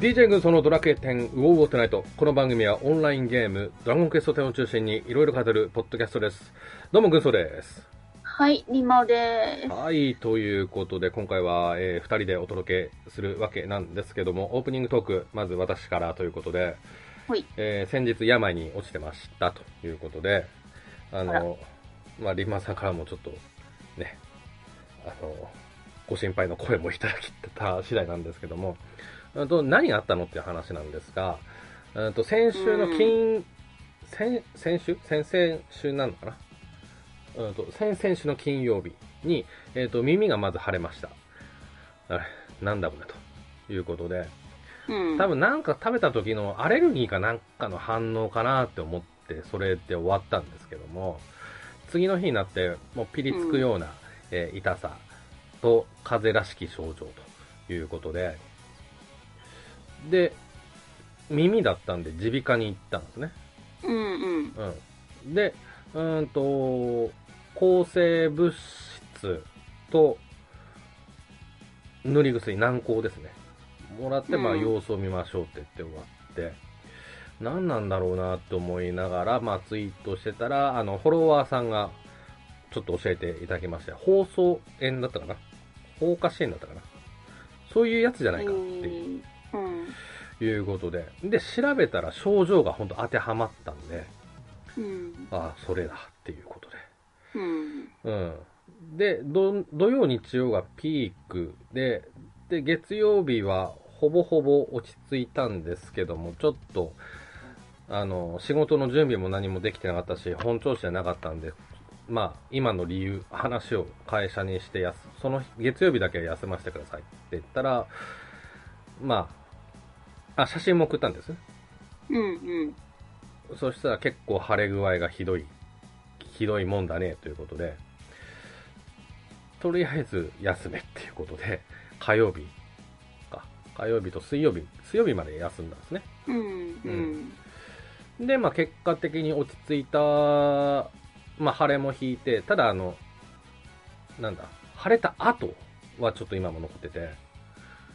DJ 軍曹のドラクエ10ウォーウォートナイト。この番組はオンラインゲーム、ドラゴンクエスト10を中心にいろいろ語るポッドキャストです。どうも軍曹です。はい、リマオです。はい、ということで今回は、え2人でお届けするわけなんですけども、オープニングトーク、まず私からということで、はいえー先日病に落ちてましたということで、ああらの、まあ、リンマンさんからもちょっと、ね、あの、ご心配の声もいただきた次第なんですけども、うんと何があったのっていう話なんですが、うんと先週の金、先先週先々週なのかなうんと先々週の金曜日に、えっと耳がまず腫れました。あれなんだこれということで、うん。多分なんか食べた時のアレルギーかなんかの反応かなって思って、それで終わったんですけども、次の日になって、もうピリつくような、えー痛さと風邪らしき症状ということで、で、耳だったんで耳鼻科に行ったんですね。うんうん。うん、で、うーんと、抗生物質と塗り薬、軟膏ですね。もらって、まあ、うん様子を見ましょうって言って終わって、何なんだろうなと思いながら、まあ、ツイートしてたら、あの、フォロワーさんが、ちょっと教えていただきまして、放送炎だったかな放火支援だったかなそういうやつじゃないかっていううん。いうことで。で、調べたら症状が本当当てはまったんで、うん。ああ、それだっていうことで。うん。うん。で、ど土曜、日曜がピークで、で、月曜日はほぼほぼ落ち着いたんですけども、ちょっと、あの、仕事の準備も何もできてなかったし、本調子じゃなかったんで、まあ、今の理由、話を会社にして休、その日月曜日だけ休ませてくださいって言ったら、まあ、あ、写真も送ったんです。うんうん。そしたら結構腫れ具合がひどい、ひどいもんだねということで、とりあえず休めっていうことで、火曜日か、火曜日と水曜日、水曜日まで休んだんですね。うんうん。で、まあ結果的に落ち着いた、まあ腫れも引いて、ただあの、なんだ、腫れた後はちょっと今も残ってて、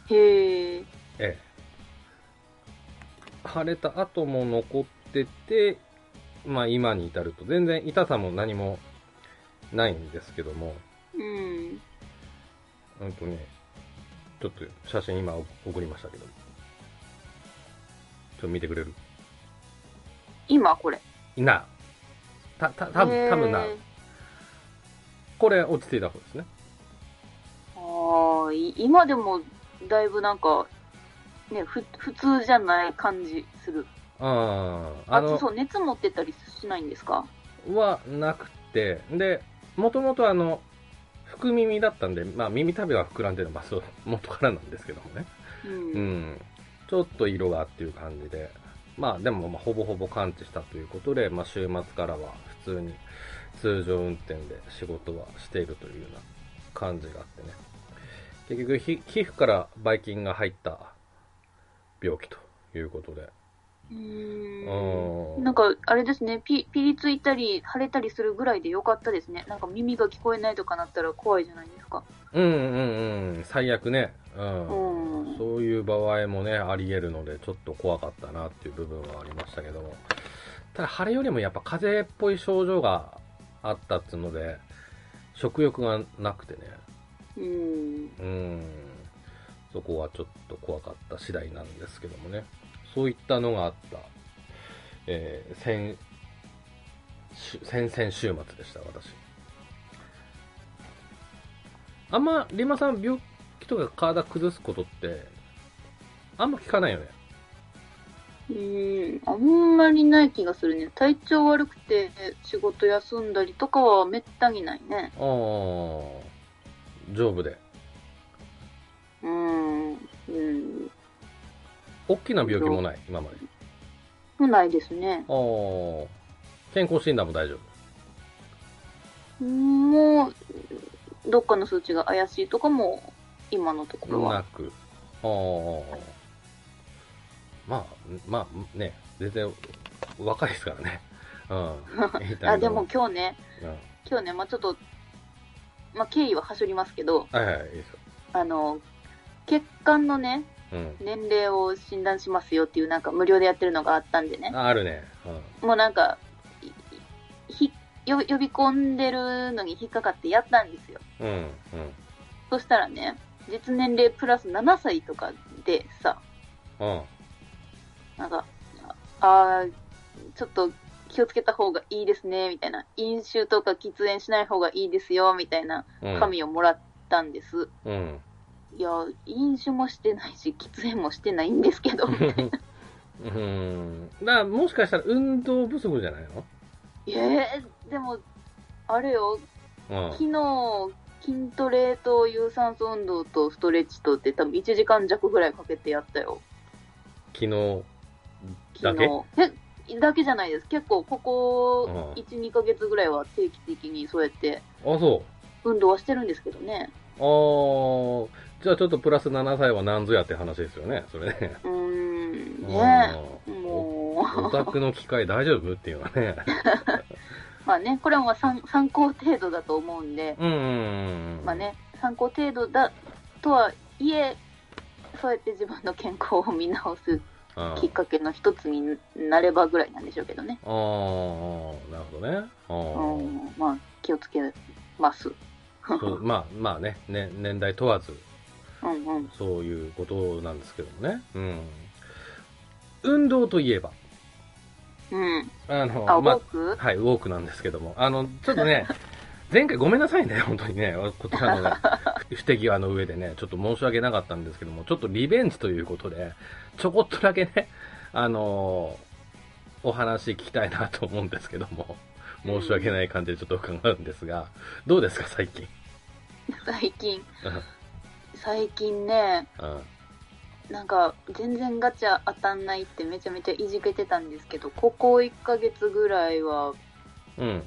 へえ。ええ。腫れた後も残ってて、まあ今に至ると。全然痛さも何もないんですけども、うん。うんとね、ちょっと写真今送りましたけど、ちょっと見てくれる今これ。な、た、た、たぶん、たぶんなへ、えこれ落ち着いた方ですね。はーい。今でもだいぶなんか、ね、ふ、普通じゃない感じする。ああ、ああの、そう、熱持ってたりしないんですかはなくて、で、もともとあの、福耳だったんで、まあ耳たびは膨らんでるのは、まあそう、元からなんですけどもね。う。うんん、ちょっと色がっていう感じで、まあでもまあほぼほぼ完治したということで、まあ週末からは普通に通常運転で仕事はしているというような感じがあってね。結局ひ皮膚からばい菌が入った病気ということで。う。うんんなんか、あれですね、ピ、ピリついたり、腫れたりするぐらいでよかったですね。なんか耳が聞こえないとかなったら怖いじゃないですか。うんうんうん、最悪ね。うんうん。そういう場合もね、あり得るので、ちょっと怖かったなっていう部分はありましたけども。ただ、晴れよりもやっぱ風邪っぽい症状があったっつうので、食欲がなくてね、うん。うーん、そこはちょっと怖かった次第なんですけどもね。そういったのがあった、えー先、し先々週末でした、私。あんま、リンマさん、病気とか体崩すことって、あんま聞かないよね。うん、あんまりない気がするね。体調悪くて仕事休んだりとかはめったにないね。ああ、丈夫で。うん、うん、大きな病気もない、今まで。もうないですね。ああ、健康診断も大丈夫。もう、どっかの数値が怪しいとかも、今のところなは。く。ああ。まあ、まあね、全然若いですからね。うん。いいタイミング あ、でも、今日ね、うん、は今日ね、まあちょっと、まあ経緯ははしょりますけど、いはい、いいですよ。あの、血管のね、うん。年齢を診断しますよっていう、なんか無料でやってるのがあったんでね。ああるね。うん。もうなんか、ひ、ひ呼び呼び込んでるのに引っかかってやったんですよ。うんうんそしたらね、実年齢プラス7歳とかでさ、うんなんか、ああー、ちょっと気をつけた方がいいですね、みたいな。飲酒とか喫煙しない方がいいですよ、みたいなうん紙をもらったんです。うんいや、飲酒もしてないし、喫煙もしてないんですけ ど、うんだからもしかしたら運動不足じゃないええでも、あれよ、の昨日、筋トレと有酸素運動とストレッチとって多分1時間弱ぐらいかけてやったよ。うん昨昨日日。え、だけじゃないです。結構ここう1、2ヶ月ぐらいは定期的にそうやってあそ運動はしてるんですけどね。うああじゃあちょっとプラス7歳は何ぞやって話ですよねそれねうーん、ねうえ。んもう、オタクの機会大丈夫っていうのはねまあね、これはまあ参参考程度だと思うんで、うんうんうんまあね、参考程度だとはいえ、そうやって自分の健康を見直すうんきっかけの一つになればぐらいなんでしょうけどね。ああなるほどねあうーん、まあ、気をつけます。そうまあまあねね年代問わずうんうん。そういうことなんですけどもね。うん。運動といえば、うん。あの、あ、ま僕、 はい、ウォークなんですけども、あの、ちょっと ね、前回ごめんなさいね、本当にね、こち らのね、不手際の上でね、ちょっと申し訳なかったんですけども、ちょっとリベンジということで、ちょこっとだけね、あのお話聞きたいなと思うんですけども、申し訳ない感じでちょっと伺うんですが、どうですか、最近。最近うん、最近ね、うん。なんか、全然ガチャ当たんないってめちゃめちゃいじけてたんですけど、ここ1ヶ月ぐらいは、うん。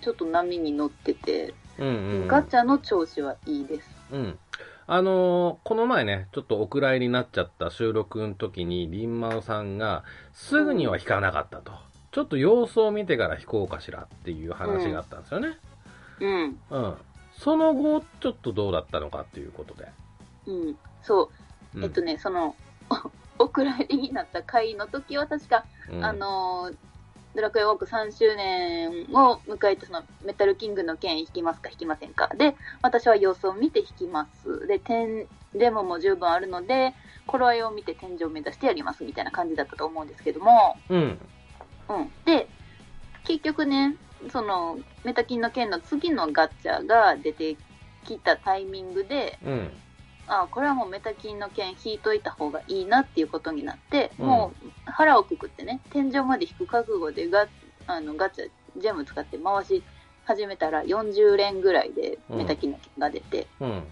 ちょっと波に乗ってて、うん、うんうん。ガチャの調子はいいです。うん。あのーこの前ね、ちょっとお蔵入りになっちゃった収録の時に、リンマオさんが、すぐには弾かなかったと。ちょっと様子を見てから弾こうかしらっていう話があったんですよね。うん。うん。その後、ちょっとどうだったのかっていうことで。うん。そうう。ん、えっとね、その、 お蔵入りになった回の時は確か、うん、あのードラクエウォーク3周年を迎えて、その、メタルキングの剣引きますか引きませんか。で、私は様子を見て引きます。で、点、レモンも十分あるので、頃合いを見て天井を目指してやります、みたいな感じだったと思うんですけども、うん。うん。で、結局ね、その、メタキンの剣の次のガッチャが出てきたタイミングで、うん。あこれはもうメタキンの剣引いといた方がいいなっていうことになって、うんもう腹をくくってね天井まで引く覚悟でガあのガチャジェム使って回し始めたら40連ぐらいでメタキンの剣が出て、うん。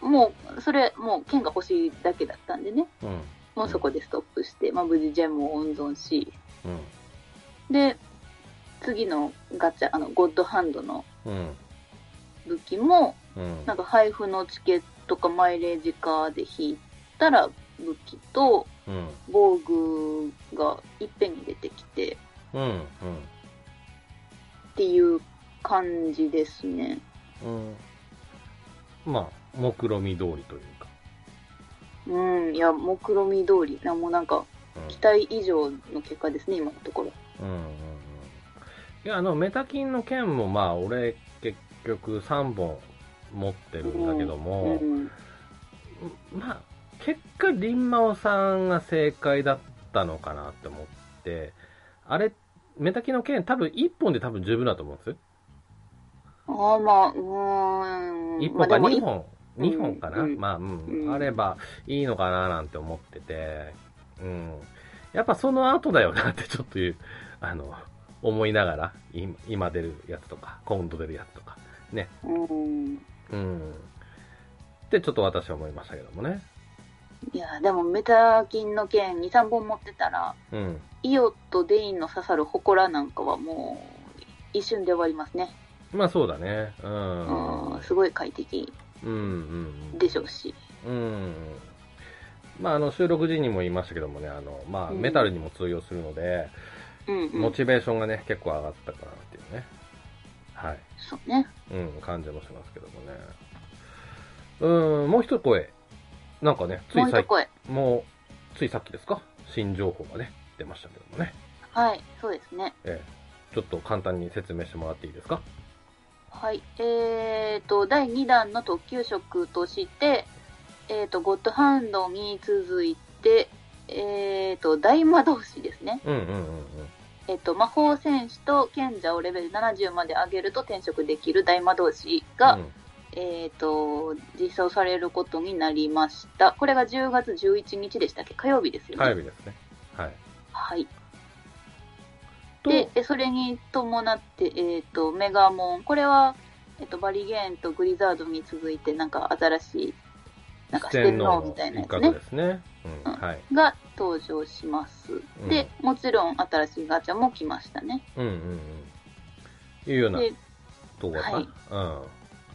うん。もうそれもう剣が欲しいだけだったんでねうん。もうそこでストップして、まあ、無事ジェムを温存しうん。で次のガチャあのゴッドハンドのうん。武器もうん。なんか配布のチケットかマイレージかで引いたら武器とうん。防具がいっぺんに出てきてうん。っていう感じですね。うん。うん。まあ、目論見通りというか。うん、いや、目論見通り、なもうなんか、うん期待以上の結果ですね、今のところ。うんうんうんいや、あの、メタキンの剣も、まあ、俺、結局3本持ってるんだけどうも、ん、まあ、結果、リンマオさんが正解だったのかなって思って、あれ、メタキンの剣多分1本で多分十分だと思うんですよ。ああ、まあ、うーん。 1ま本あかでも2本、うん2本かな、うんまあ、うん、うんあればいいのかななんて思ってて、うん。やっぱその後だよなってちょっという、あの、思いながら、今今出るやつとか、今度出るやつとか、うん。うん。ってちょっと私は思いましたけどもね。いや、でも、メタキンの剣2、3本持ってたら、うん。イオとデインの刺さる祠なんかはもう、一瞬で終わりますね。まあそうだね。うん。うん、すごい快適うんうんでしょうし。うん。うん。まああの収録時にも言いましたけどもね、あの、まあうんメタルにも通用するので、うん、うモん。チベーションがね、結構上がったかなっていうね。はい。そうね。うん、感じもしますけどもね。うん、もう一声なんかね、つもうい一最声。もう、ついさっきですか新情報がね、出ましたけどもね。はい、そうですね。ええちょっと簡単に説明してもらっていいですかはい、えーと、第2弾の特急色として、えーと、ゴッドハンドに続いて、えーと、大魔導士ですね。うんうんうんうん。えーと、魔法戦士と賢者をレベル70まで上げると転職できる大魔導士が、うんえーと、実装されることになりました。これが10月11日でしたっけ火曜日ですよね。火曜日ですね。はい。はい。と、で、えそれに伴って、えー、とメガモン、これは、えー、とバリゲーンとグリザードに続いて、なんか新しい、なんか四天王みたいなや一つ角ね、ですね。うん。うんはい。が登場します。うんで、もちろん新しいガチャも来ましたね。うんうんうん。いうようなで、とこだはいな。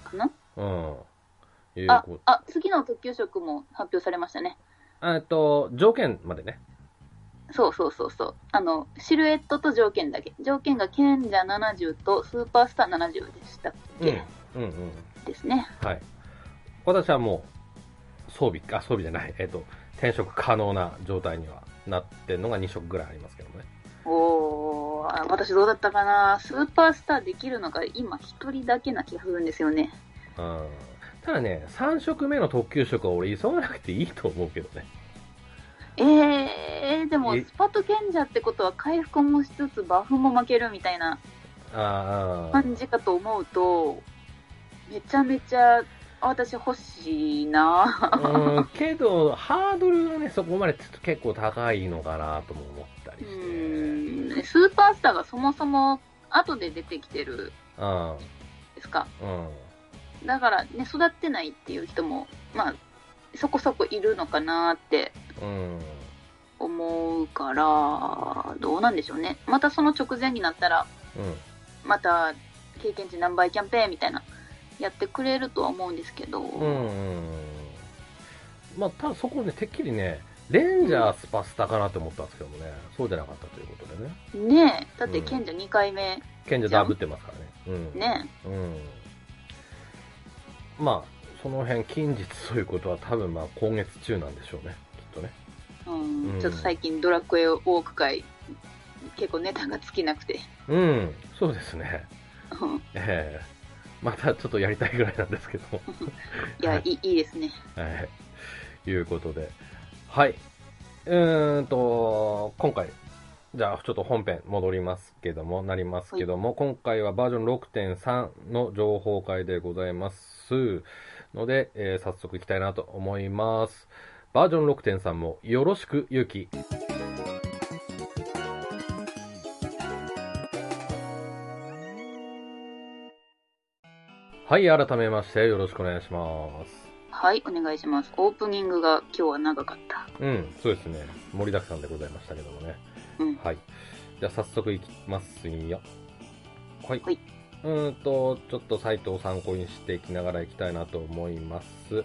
かなうん。うん。いうあこ、あ、次の特急色も発表されましたね。と。えっと、条件までね。そうそうそうそう。あの、シルエットと条件だけ。条件が賢者70とスーパースター70でしたっうん。け、うんうん。ですね。はい。私はもう、装備、あ、装備じゃない。えっと、転職可能な状態にはなってんのが2色ぐらいありますけどもね。おーあ私どうだったかなスーパースターできるのが今一人だけな気がするんですよねうん。ただね、3色目の特急色は俺急がなくていいと思うけどね。えー、でもえスパト賢者ってことは回復もしつつバフも負けるみたいなああ。感じかと思うとめちゃめちゃあ私欲しいなうんけど、ハードルがね、そこまでちょっと結構高いのかなとも思ったうりして。ーんスーパースターがそもそも後で出てきてるうん。んですかうん。だからね育ってないっていう人もまあそこそこいるのかなってうん。思うからどうなんでしょうねまたその直前になったらうん。また経験値何倍キャンペーンみたいなやってくれるとは思うんですけど、うんうん。まあ、ただそこね、てっきりね、レンジャースパスタかなと思ったんですけどもね、そうじゃなかったということでね。ねえだって賢者2回目賢者ダブってますからね。うん。ねうん。まあ、その辺、近日ということは多分まあ、今月中なんでしょうね、きっとね。え、うんうんちょっと最近ドラクエウォーク会結構ネタが尽きなくて、うん、そうですね。うんええまたちょっとやりたいぐらいなんですけども。いや、はいい、いいですねはい。いうことで。はい。うーんと、今回、じゃあちょっと本編戻りますけども、なりますけども、今回はバージョン6.3の情報会でございます。ので、えー早速いきたいなと思います。バージョン6.3もよろしく、ゆうき。はい、改めましてよろしくお願いします。はいお願いしますオープニングが今日は長かったうん、そうですね。盛りだくさんでございましたけどもね。うんはい。じゃあ早速いきますよ。はい。はいうーんと、ちょっとサイトを参考にしていきながらいきたいなと思います。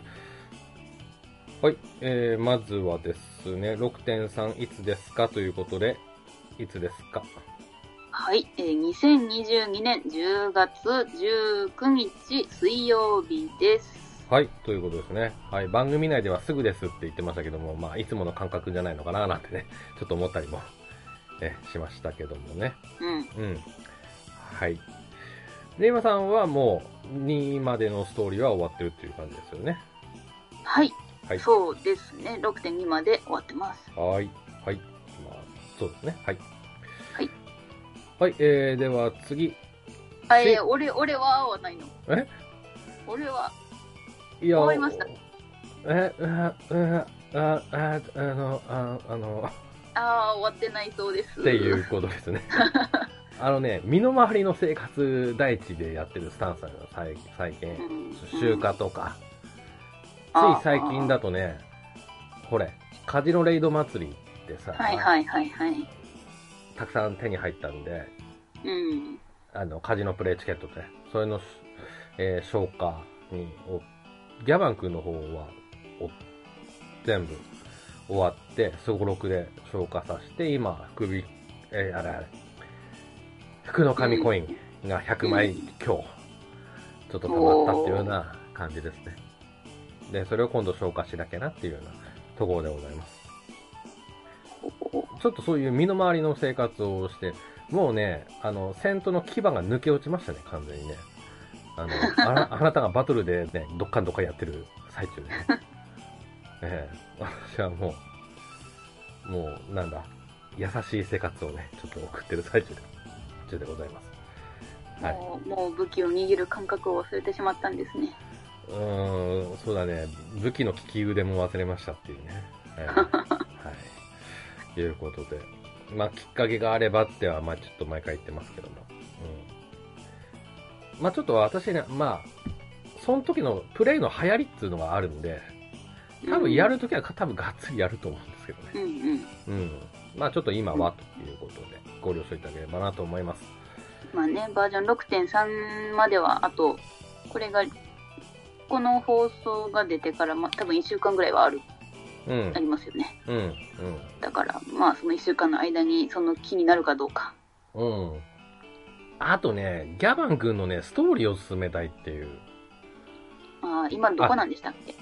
はい。えー、まずはですね、6.3いつですかということで、いつですかはい、えー2022年10月19日水曜日ですはい、ということですね。はい、番組内ではすぐですって言ってましたけども、まあ、いつもの感覚じゃないのかななんてね、ちょっと思ったりも、え、しましたけどもね。うんうん。はい。レイマさんはもう2までのストーリーは終わってるっていう感じですよね。はい、はいそうですね、6.2まで終わってます。はい。はい。まあ、そうですね。はい。はい。はい、えー、では次。あせえー俺、俺ははないの。え俺は、いや終わりました。え、え、え、あ、あ、あの、ああの、ああ、終わってないそうです。っていうことです ね。あのね、身の回りの生活第一でやってるスタンスなの、最最近。うん、集荷とか。つうんい最近だとね、これ、カジノレイド祭りってさ、はいはいはいはい。たくさん手に入ったんで、うん。あの、カジノプレイチケットって、それの、えー消化に、おギャバン君の方は、お全部終わって、すごろくで消化させて、今、福引、えーあれあれ、福の神コインが100枚強、ちょっと溜まったっていうような感じですね。で、それを今度消化しなきゃなっていうようなところでございます。ちょっとそういう身の回りの生活をして、もうね、あの、戦闘の牙が抜け落ちましたね、完全にね。あの、あな あなたがバトルでね、どっかんどっかんやってる最中でね。 ええ私はもう、もう、なんだ、優しい生活をね、ちょっと送ってる最中で、中でございます。はいもうもう武器を握る感覚を忘れてしまったんですねうーん、そうだね、武器の利き腕も忘れましたっていうね。えーはい。いうことで、まあ、きっかけがあればっては、まあ、ちょっと毎回言ってますけども。うん。まあ、ちょっと私ね、まあ、その時のプレイの流行りっていうのがあるんで、多分やるときは多分がっつりやると思うんですけどねう。んうんうん。まあ、ちょっと今はということで、ご了承いただければなと思います。まあねバージョン6.3まではあとこれがこの放送が出てから、まあ、多分1週間ぐらいはあるうんあ。りますよねうん。うん。だからまあその1週間の間にその気になるかどうかうん。あとね、ギャバン君のね、ストーリーを進めたいっていう。あー今どこなんでしたっけ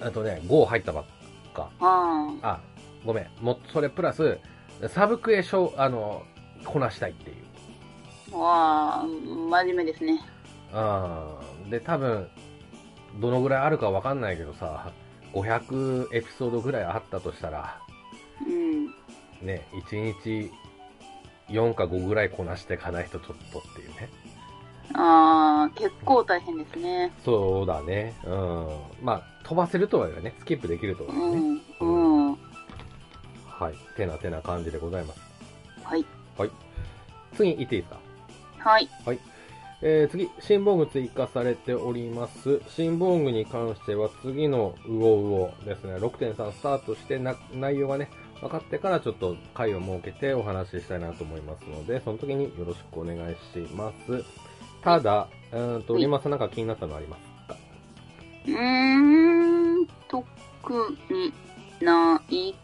あとね、5入ったばっか。あああ、ごめん。もう、それプラス、サブクエしょうあの、こなしたいっていう。わあ真面目ですねあーで、多分、どのぐらいあるかわかんないけどさ、500エピソードぐらいあったとしたら、うんね、1日4か5ぐらいこなしていかないとちょっとっていうね。ああ結構大変ですねそうだね。うん。まあ、飛ばせるとは言うよね。スキップできるとはう言うよね。んうんはい。てなてな感じでございます。はい次行っていいですかはいえー次、新防具追加されております。新防具に関しては次のうおうおですね、6.3スタートしてな内容がね、分かってからちょっと会を設けてお話ししたいなと思いますので、その時によろしくお願いします。ただ、うーんと、はいリマさんなんか気になったのありますかうーん、特にない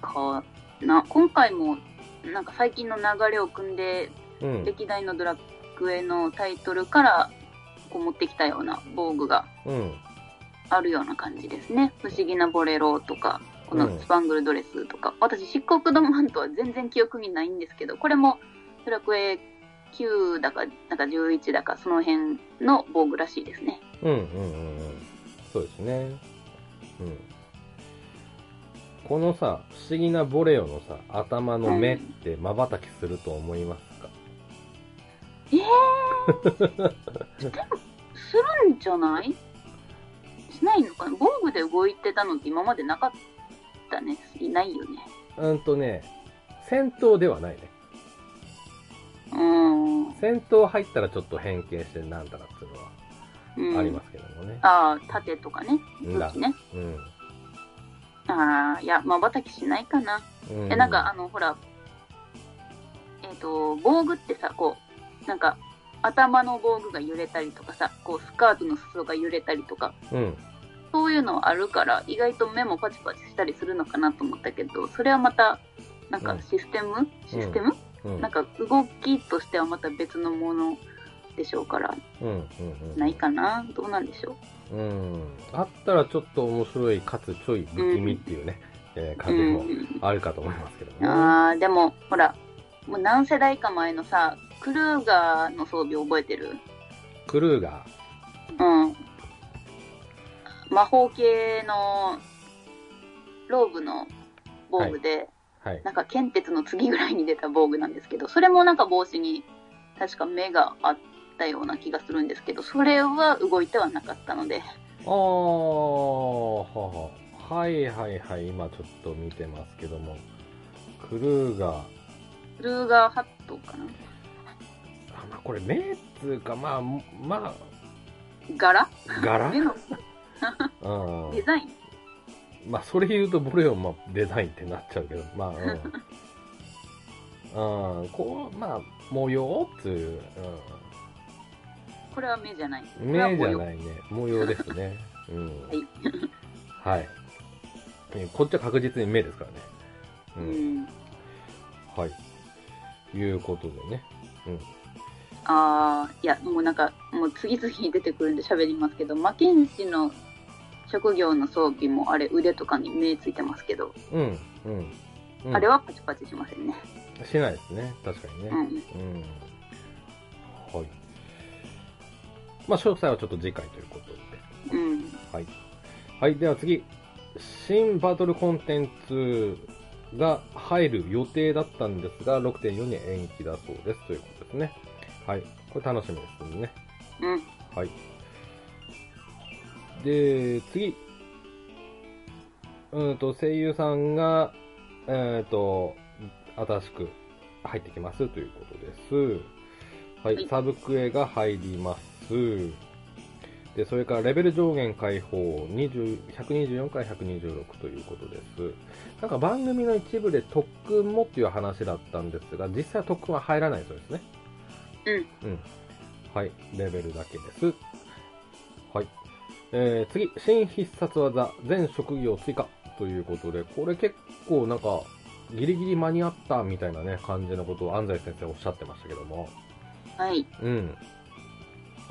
かな。今回も、なんか最近の流れを組んで、うん。歴代のドラクエのタイトルから、こう持ってきたような防具がうん。あるような感じですね。不思議なボレロとか、うこんのスパングルドレスとか。私、漆黒のマントは全然記憶にないんですけど、これもドラクエ9だか、なんか11だか、その辺の防具らしいですね。うんうんうんうん。そうですね。うん。このさ、不思議なボレオのさ、頭の目って瞬きすると思いますか、え ー、でもするんじゃないしないのかな防具で動いてたのって今までなかったねいないよねうんとね、戦闘ではないね。うーん戦闘入ったらちょっと変形してなんだらっていうのうんはありますけどもね。ああ盾とかねうん武器ねうん。ああいやまばたきしないかな、うえなんかあ、のほらえっ、と防具ってさこうなんか頭の防具が揺れたりとかさこうスカートの裾が揺れたりとかうん。そういうのあるから、意外と目もパチパチしたりするのかなと思ったけど、それはまた、なんうかんシステム、システム、うん。なんか動きとしてはまた別のものでしょうから、うん。うん。うんない。かなどうなんでしょうん。あったらちょっと面白い、かつちょい不気味っていうね、えーう。う感じもん。あるかと思いますけどもね。あー、でも、ほら、もう何世代か前のさ、クルーガーの装備覚えてるクルーが、うん。魔法系のローブの防具で、はい。なんか剣鉄の次ぐらいに出た防具なんですけどそれもなんか帽子に確か目があったような気がするんですけどそれは動いてはなかったのであーはははいはいはい、今ちょっと見てますけども、クルーが、クルーガーハットかなあまあ、これ目っつうか、まあ、ま柄あ、柄目のうんデ。ザインまあ、それ言うとボレオン、まあ、デザインってなっちゃうけど、まあ、うん。うん、こう、まあ、模様っつう、これは目じゃないうん。目じゃいないね。模様ですね。うん。はいはい。えこっちは確実に目ですからね。ううんんはい。いうことでね。ああいやもうなんかもう次々に出てくるんで喋りますけどマケンジの職業の装備もあれ腕とかに目ついてますけど、うん、うん。うんあれはパチパチしませんね。しないですね。確かにね。うん。うん。はい。まあ、詳細はちょっと次回ということで。うん。はい。はい、では次。新バトルコンテンツが入る予定だったんですが、6.4に延期だそうです。ということですね。はい。これ楽しみですね。うん。はい。で、次。うんと、声優さんが、えっ、と、新しく入ってきますということです。はい、はいサブクエが入ります。で、それからレベル上限解放20 124から126ということです。なんか番組の一部で特訓もっていう話だったんですが、実際は特訓は入らないそうですね。うん。はい。レベルだけです。はい。えー、次。新必殺技、全職業追加ということで、これ結構なんか、ギリギリ間に合ったみたいなね、感じのことを安西先生おっしゃってましたけども。はい。うん。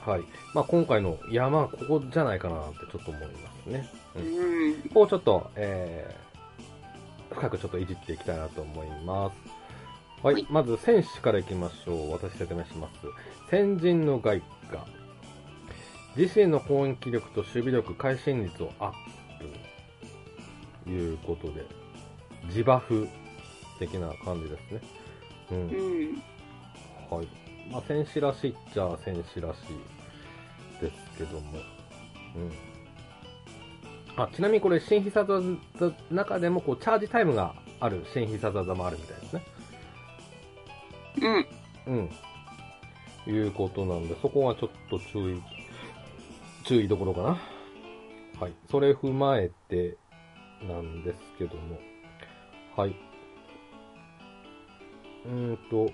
はい。まあ、今回の山、ここじゃないかなってちょっと思いますね。ううんん。ここをちょっと、えー、深くちょっといじっていきたいなと思います。はい、はいまず戦士からいきましょう。私説明します。先人の外貨。自身の攻撃力と守備力、回心率をアップ。いうことで、自バフ的な感じですね。うん。うん。はい。まあ、戦士らしいっちゃ戦士らしいですけども。うん。あ、ちなみにこれ、新必殺技の中でも、こう、チャージタイムがある新必殺技もあるみたいですね。ううん。ん。いうことなんで、そこはちょっと注意、注意どころかな。はい。それ踏まえて、なんですけども。はい。うーんと、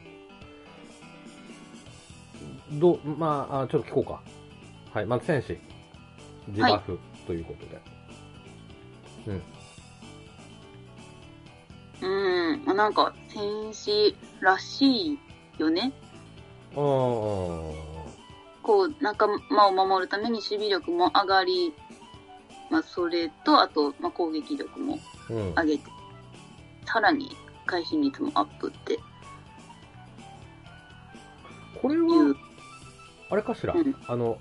ど、まあ、あちょっと聞こうか。はい。まず戦士。自バフということで。うん。まあなんか、戦士らしいよね。うこう、仲間を守るために守備力も上がり、まあ、それと、あと、まあ、攻撃力もーん。うん。上げて、さらに回避率もアップっていう。これは、あれかしら、うんあの、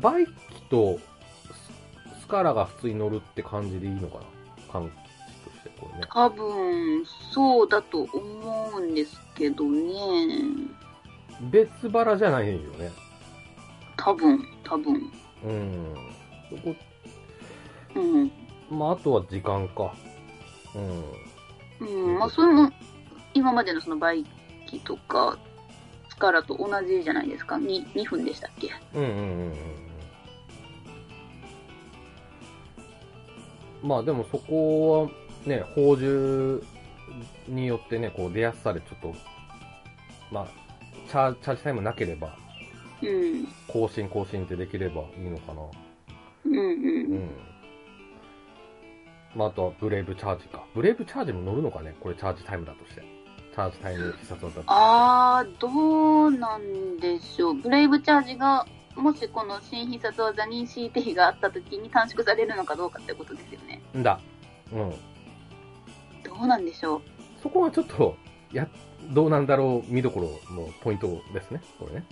バイキとススカラが普通に乗るって感じでいいのかな感じとして、これね。多分、そうだと思うんですけどね。別腹じゃないよね。多分、多分。うん。そこ、うん。まあ、あとは時間か。ううん。まあ、それも、今までのそのバイキとか、スカラと同じじゃないですか。に2分でしたっけん。うんうんうんうんうん。まあ、でもそこは、ね、宝珠によってね、こう出やすさでちょっと、まあ、チャーチャージタイムなければ、うん。更新更新ってできればいいのかな。うんううん。ん。まあ、あとはブレイブチャージか。ブレイブチャージも乗るのかねこれチャージタイムだとして。チャージタイム必殺技だとして。あー、どうなんでしょう。ブレイブチャージが、もしこの新必殺技に CT があった時に短縮されるのかどうかってことですよね。んだ。うん。どうなんでしょう。そこはちょっと、や、どうなんだろう見どころのポイントですね。これね。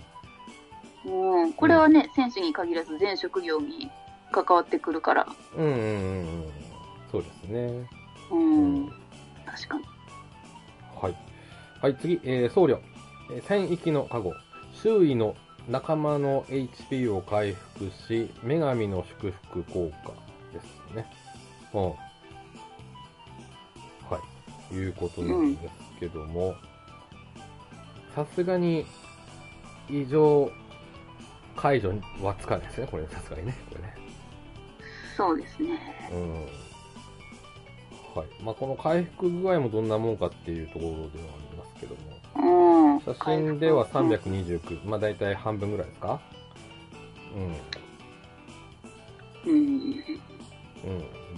うん、これはね、選手に限らず全職業に関わってくるから、うんうんうんうん。そうですね。うん、確かに。はい。はい、次、えー、僧侶。えー戦域の加護。周囲の仲間の HP を回復し、女神の祝福効果ですね。うん。はい。いうことなんですけども、さすがに、異常解除はつかないですね、これね、さすがにね。これね。そうですね。うんはいまあ、この回復具合もどんなもんかっていうところではありますけどもうん。写真では回復。 329、まあ、大体半分ぐらいですかうんううん。んい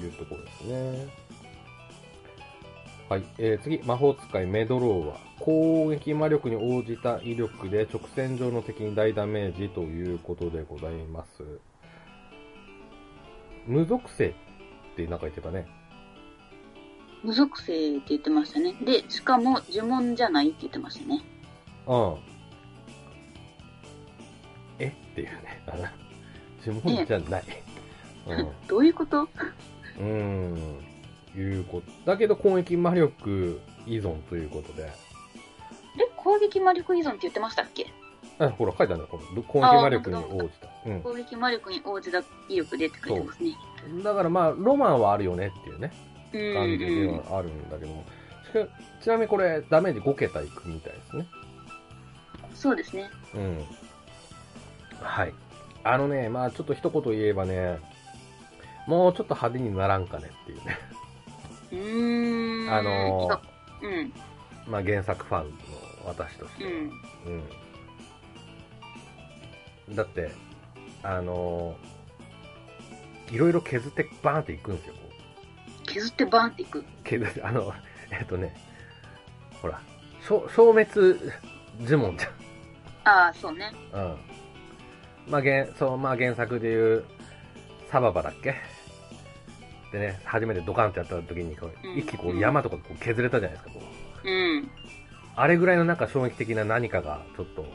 うところですねはい、えー、次魔法使いメドローは攻撃魔力に応じた威力で直線上の敵に大ダメージということでございます無属性ってなんか言ってたね。無属性って言ってましたね。で、しかも呪文じゃないって言ってましたね。うん。えっていうね。あら、呪文じゃない。どういうことうん。うん。いうこと。だけど攻撃魔力依存ということで。え、攻撃魔力依存って言ってましたっけあ、ほら、書いてあるんだよ。この攻撃魔力に応じた。うん。攻撃魔力に応じた威力でって書いてますね。だからまあ、ロマンはあるよねっていうね、うん感じでうん。はあるんだけども。ちちなみにこれ、ダメージ5桁いくみたいですね。そうですね。うん。はい。あのね、まあちょっと一言言えばね、もうちょっと派手にならんかねっていうね。うーん。あのーうん。まあ原作ファンの私としてうは。ん。うん。だって、あのーいろいろ削ってバーンっていくんですよ。こう削ってバーンっていく。削って、あの、 えっとね、ほら、消消滅呪文じゃん。ああ、そうね。うん。まあ、原、そう、まあ、原作でいう、サババだっけでね、初めてドカンってやった時にこう、うん一気こう山とかこう削れたじゃないですか、こう。うん。あれぐらいのなんか衝撃的な何かが、ちょっと、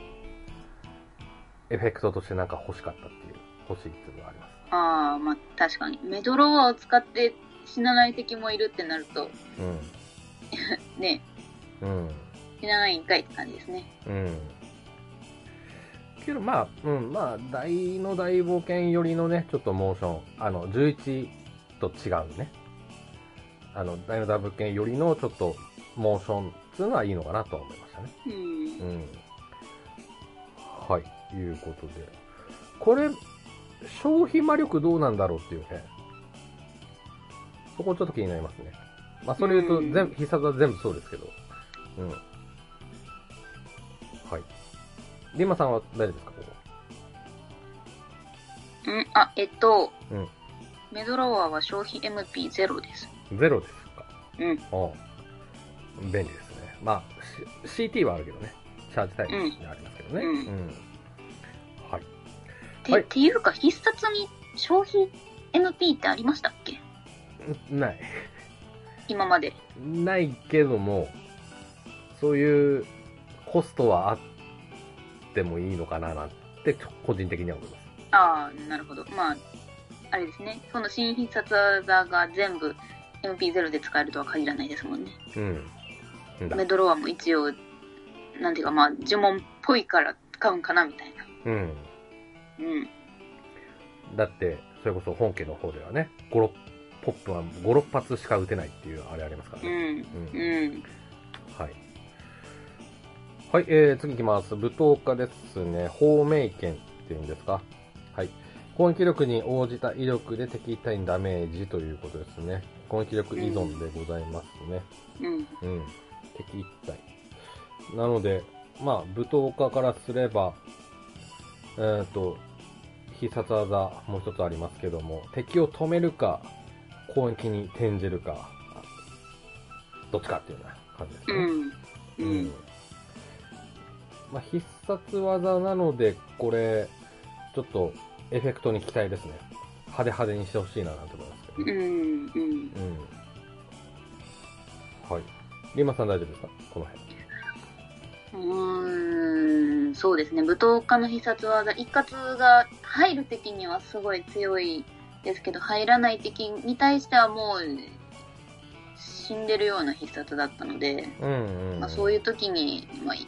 エフェクトとしてなんか欲しかったっていう、欲しいっていうのがあります。ああ、まあ確かに。メドロワを使って死なない敵もいるってなると、ね、うん。うん。死なないんかいって感じですね。うん。けど、まあ、うん、まあ、大の大冒険寄りのね、ちょっとモーション、あの、11と違うね。あの、大の大冒険寄りのちょっとモーションっていうのはいいのかなとは思いましたね。う。うんん。はい、いうことで。これ、消費魔力どうなんだろうっていうね。そこちょっと気になりますね。まあ、それ言うとうん全部、必殺は全部そうですけど。うん。はい。リンマさんは誰ですか、こうん、あ、えっと、うんメドロワは消費 MP0 です。こゼロですか。うん。ああ便利ですね。まあ、C- CT はあるけどね。チャージタイムにありますけどね。うんうん。はい。て、はいっていうか、必殺に消費 MP ってありましたっけない。今まで。ないけども、そういうコストはあってもいいのかななんて、ちょ個人的には思います。ああ、なるほど。まあ、あれですね。その新必殺技が全部 MP0 で使えるとは限らないですもんね。うん。だメドロワも一応、なんていうか、まあ、呪文っぽいから使うんかなみたいな。うん。うん。だって、それこそ本家の方ではね、5、6、ポップは5、6発しか打てないっていうあれありますからうね。ん。うんうん。はい。はい、えー、次いきます。舞踏家ですね。方名剣っていうんですか。はい。攻撃力に応じた威力で敵対にダメージということですね。攻撃力依存でございますね。ううん。ん。敵一体。なので、まあ、舞踏家からすれば、えーっと、必殺技、もう一つありますけども、敵を止めるか、攻撃に転じるか、どっちかっていうような感じですうね。ん。ううんん。まあ、必殺技なので、これ、ちょっとエフェクトに期待ですね。派手派手にしてほしいななんて思いますけうど、ね。ん。うん。うん。はい。リンマさん大丈夫ですかこの辺。うーんそうですね舞踏家の必殺技一括が入る敵にはすごい強いですけど入らない敵に対してはもう死んでるような必殺だったので、うんうん。まあ、そういう。時に、まあ、い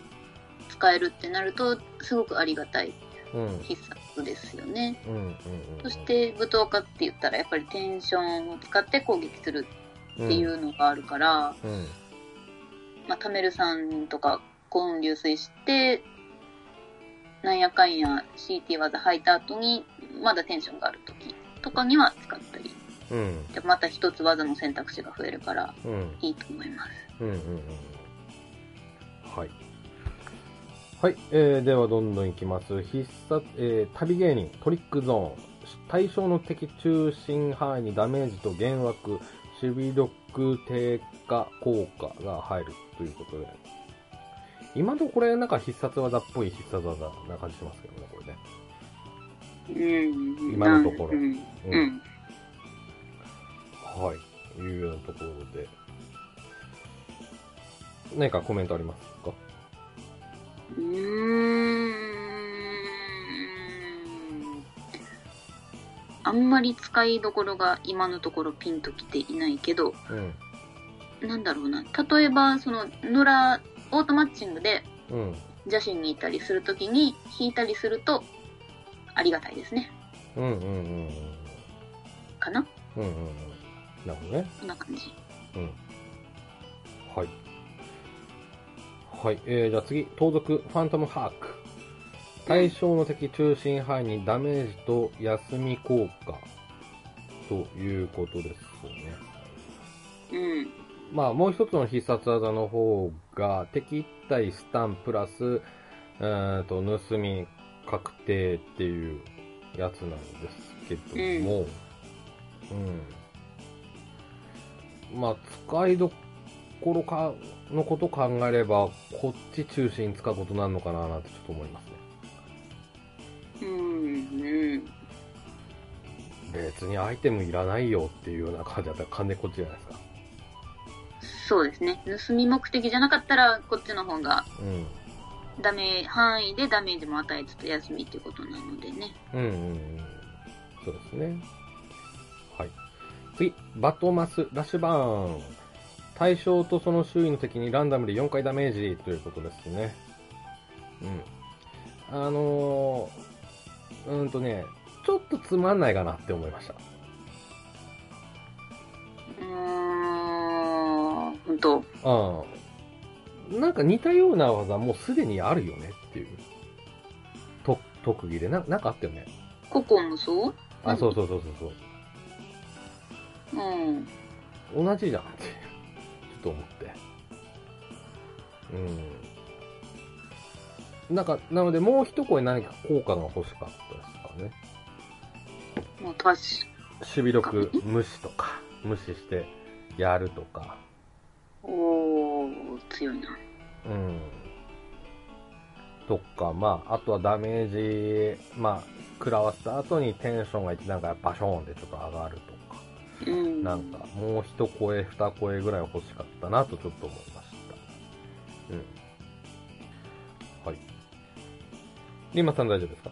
使えるってなるとすごくありがたいうん。うん必殺ですよねうんうん。そし、て舞踏家って言ったらやっぱりテンションを使って攻撃すっるってい。うのがあるから、うん。まあ、タメルさんとかコーン流水してなんやかんや CT 技吐いた後にまだテンションがある時とかには使ったりうん。でまた一つ技の選択肢が増えるからうん。いいと思いますうんうんうんうんはい。はい、えー、ではどんどんいきます。必殺、えー、旅芸人、トリックゾーン。対象の敵中心範囲にダメージと減枠、守備力低下効果が入るということで。今のとこれなんか必殺技っぽい必殺技な感じしますけどね、これね。うん今のところうん、うんうんはい。というようなところで。何かコメントありますかうーんあんまり使いどころが今のところピンときていないけど、うん。なんだろうな。例えば、その、野良、オートマッチングでうん。邪神にいたりするときに引いたりすると、ありがたいですね。うんうんうんかなうん。うんうんうん。なるほどね。こんな感じ。うん。はい。はい。えー、じゃあ次、盗賊、ファントムハーク。対象の敵中心範囲にダメージと休み効果ということですね。うん。まあ、もう一つの必殺技の方が、敵1体スタンプラス、うーんと、盗み確定っていうやつなんですけども、うん。まあ、使いどころか、のことを考えれば、こっち中心に使うことになるのかななんてちょっと思いますね。うん。うん。別にアイテムいらないよっていうような感じだったら完全にこっちじゃないですか。そうですね。盗み目的じゃなかったら、こっちの方がうん。ダメ、範囲でダメージも与えつつ休みっていうことなのでね。うんうんうん。そうですね。はい。次、バトマスラッシュバーン。対象とその周囲の敵にランダムで4回ダメージということですね。うん。あのー、うーんとね、ちょっとつまんないかなって思いました。うーん、ほんと。うん。なんか似たような技もうすでにあるよねっていう。と、特技で。な、なんかあったよね。ココもそうあ、そうそうそうそうそう。うん。同じじゃんって、ちょっと思って。うん。なんか、なので、もう一声何か効果が欲しかったですからね。もう確守備力無視とか、無視してやるとか。おー、強いな。うん。とか、まあ、あとはダメージ、まあ、食らわせた後にテンションが一段階バショーンでちょっと上がるとか。うん。なんか、もう一声、二声ぐらい欲しかったなとちょっと思いました。うん。はい。リンマさん大丈夫ですか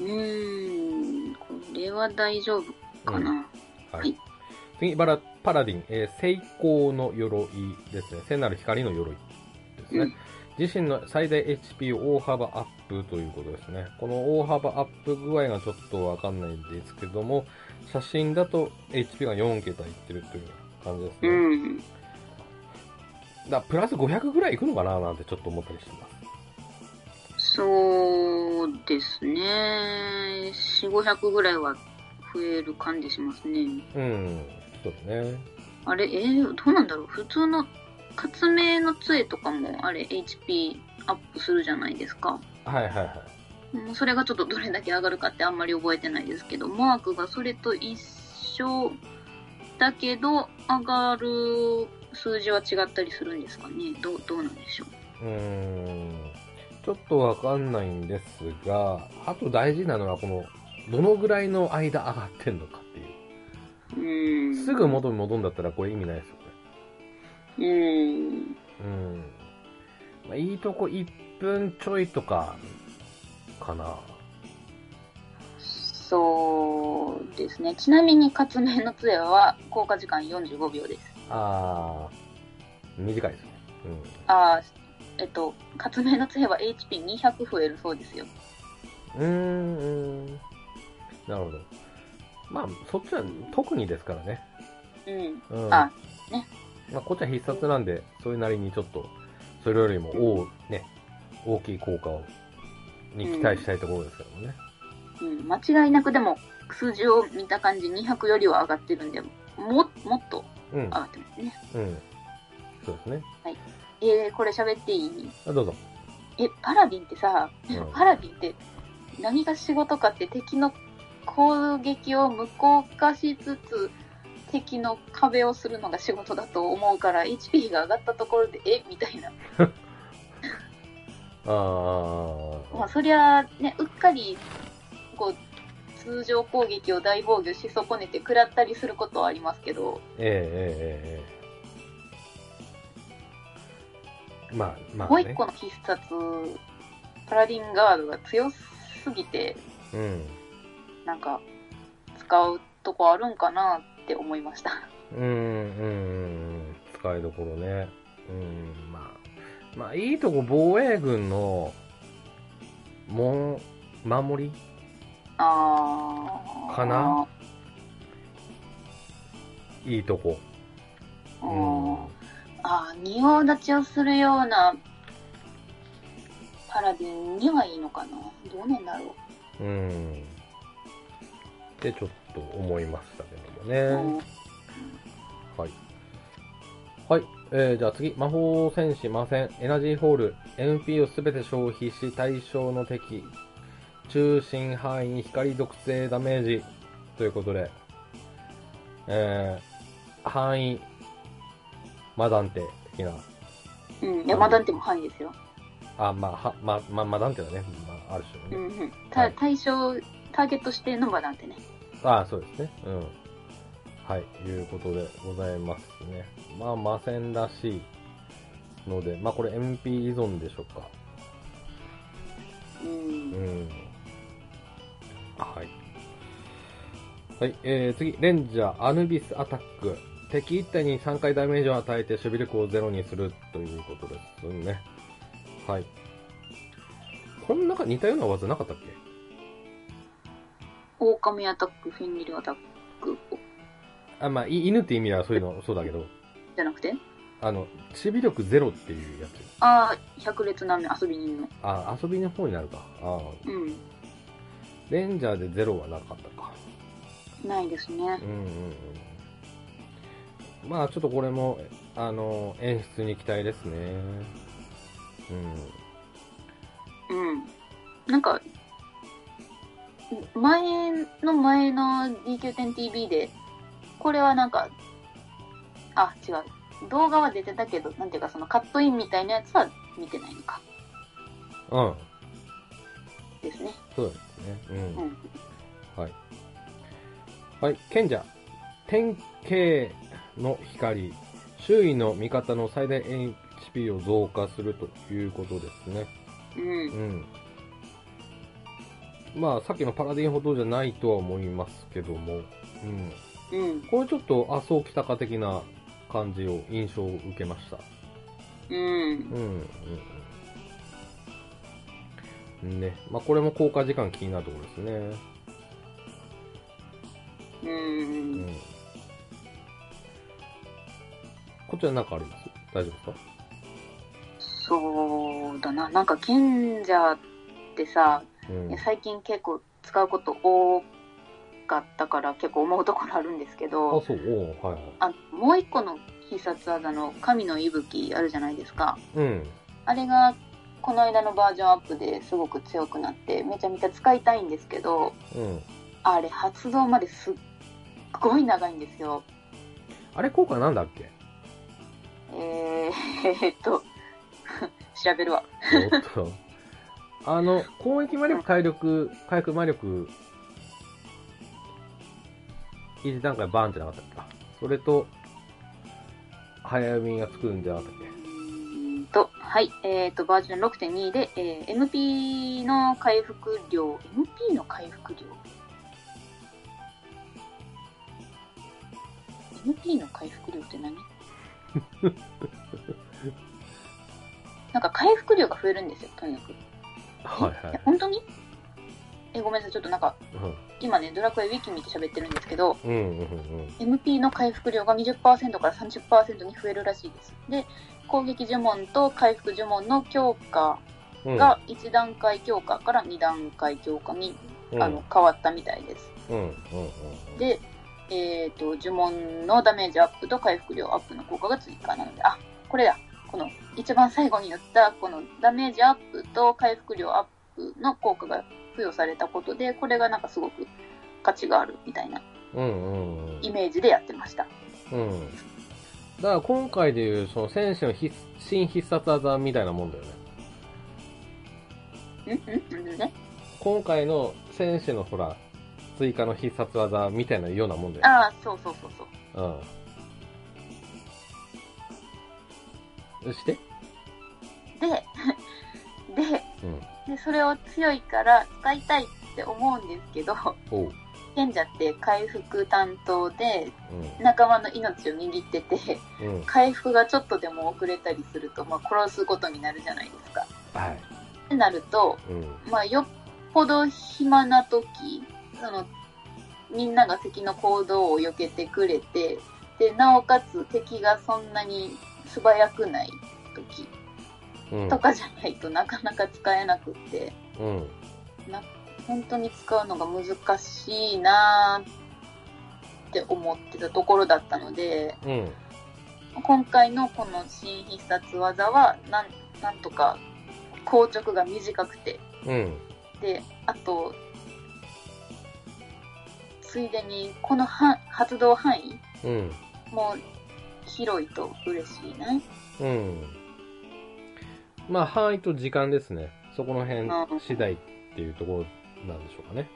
うーん、これは大丈夫かうんな。はい次、バラ、パラディン、えー、成功の鎧ですね。聖なる光の鎧ですね。うん自身の最大 HP を大幅アップということですね。この大幅アップ具合がちょっとわかんないんですけども、写真だと HP が4桁いってるという感じですうね。ん。だからプラス500ぐらいいくのかななんてちょっと思ったりしてます。そうですね。4、500ぐらいは増える感じしますね。うん、そうだね。あれ、えー、どうなんだろう普通の、活明の杖とかも、あれ、HP アップするじゃないですか。はいはいはい。もうそれがちょっとどれだけ上がるかってあんまり覚えてないですけど、マークがそれと一緒だけど、上がる数字は違ったりするんですかねどう、どうなんでしょ。うーん、ちょっとわかんないんですが、あと大事なのはこの、どのぐらいの間上がってんのかっていうう。うーん。すぐ元に戻んだったらこれ意味ないですよ、こうーん。れ。うん。まあ、いいとこ1分ちょいとか、かな。そうですね。ちなみに、活明の杖は、効果時間45秒です。あー、短いですね。ああ、えっと、活明の杖は HP200 増えるそうですよ。うん。うーん、うーん。なるほど。まあ、そっちは特にですからね。うん。うんあねまあ、こっちは必殺なんで、それなりにちょっと、それよりも大,、ね、大きい効果をに期待したいところですけどもね。うん、間違いなくでも、数字を見た感じ、200よりは上がってるんで、も、もっとうん、上がってますね。うん。そうですね。えー、これ喋っていいあどうぞ。え、パラディンってさ、うんパラディンって何が仕事かって敵の攻撃を無効化しつつ、敵の壁をするのが仕事だと思うから、HP が上がったところで、えみたいな。あまあ、あ、そりゃ、ね、うっかり、こう、通常攻撃を大防御し損ねて食らったりすることはありますけど、ええええええまあ、まあ、ね。もう一個の必殺、パラディンガードが強すぎて、うん。なんか、使うとこあるんかなって思いました。うん、うんうん、うん。使いどころね。うん、まあ。まあ、いいとこ、防衛軍の、もん、守りあー。かないいいとこ。う。うんん。あー、仁王立ちをするような、パラディンにはいいのかなどうなんだろう。うん。ってちょっと思いましたけどもね。うんはい。はい。えー、じゃあ次。魔法戦士、魔戦、エナジーホール、MP をすべて消費し、対象の敵、中心範囲に光属性ダメージ。ということで、えー、範囲、マダンテ的な、うん、山田っても範囲ですよ。あ、まあ、は、ま、ま、マダンテだね。まあ、ある種うのね。んうん。はたい対象、ターゲットしての場なんてね。ああ、そうですね。うん。はい。いうことでございますね。まあ、魔戦らしいので、まあ、これ MP 依存でしょうか。う。うんん。はい。はい、えー、次、レンジャー、アヌビスアタック。敵1体に3回ダメージを与えて守備力をゼロにするということですね。はい。この中似たような技なかったっけ狼アタック、フェンリルアタックあ、まあ、い犬って意味ではそういうの、そうだけど、じゃなくてあの、守備力ゼロっていうやつ。ああ、百列なめ遊び人の。あ、遊びの方になるか。あうん。レンジャーでゼロはなかったか。ないですねう。んうんうんまあちょっとこれもあの演出に期待ですねうん。なんか、前の前の DQ10TV で、これはなんか、あ、違う。動画は出てたけど、なんていうかそのカットインみたいなやつは見てないのか。うんうんですね。そうですねうん、うんはいはい賢者天慶の光周囲の味方の最大 HP を増加するということですねう。うんんまあさっきのパラディンほどじゃないとは思いますけどもうんうん。これちょっと、あ、そうきたか的な感じを、印象を受けました。うん。うん、うんうん。ね。まあ、これも効果時間気になるところですね。う。うんん。こちらなんかあります大丈夫ですそうだな。なんか賢者ってさ、かうん。最近結構使うこと多かったから結構思うところあるんですけあ、どそう、おーはいはい。あもう一個の必殺技の「神の息吹」あるじゃないですかうん。あれがこの間のバージョンアップですごく強くなってめちゃめちゃ使いたいんですけどうん。あれ発動まですっごい長いんですよあれ効果なんだっけえー、えっと 調べるわおっと。あの、攻撃魔力、回力、回復魔力、1段階バーンってなかったっけかそれと、早読みがつくんじゃなかったっうーんとはいえー、とバージョン6.2で、えー MP の回復量 MP の回復量 MP の回復量っ て何なんか回復量が増えるんですよとにかくけはいはいえ。本当にえごめんなさいちょっとなんか今ねドラクエウィキ見て喋ってるんですけどうん、うん、うん、うん。 MP の回復量が20%から30%に増えるらしいです。で、攻撃呪文と回復呪文の強化うん、が1段階強化から2段階強化に、うん、あの変わったみたいです。うん、うん、うん。うん、で、えっ、と、呪文のダメージアップと回復量アップの効果が追加なので、あ、これだ。この一番最後に言った、このダメージアップと回復量アップの効果が付与されたことで、これがなんかすごく価値があるみたいなうん、うん。イメージでやってました。うん。だから今回でいう、その戦士の必新必殺技みたいなもんだよね。んんんんね今回の戦士のほら、追加の必殺技みたいなようなもんだよね。ああ、そうそうそうそう。うん。してで、 で、うん。で、それを強いから使いたいって思うんですけど、おう。賢者って回復担当でう仲間の命を握ってて、ん。うん。回復がちょっとでも遅れたりすると、まあ、殺すことになるじゃないですか。はい。ってなると、うん。まあ、よっぽど暇な時そのみんなが敵の行動を避けてくれてでなおかつ敵がそんなに素早くない時うん。とかじゃないとなかなか使えなくってうん。本当に使うのが難しいなーって思ってたところだったのでうん。今回のこの新必殺技はなんなんとか硬直が短くてうん。であとついでにこのは発動範囲うん。も広いと嬉しいねうん。まあ、範囲と時間ですね。そこの辺うん次第っていうところなんでしょうかね。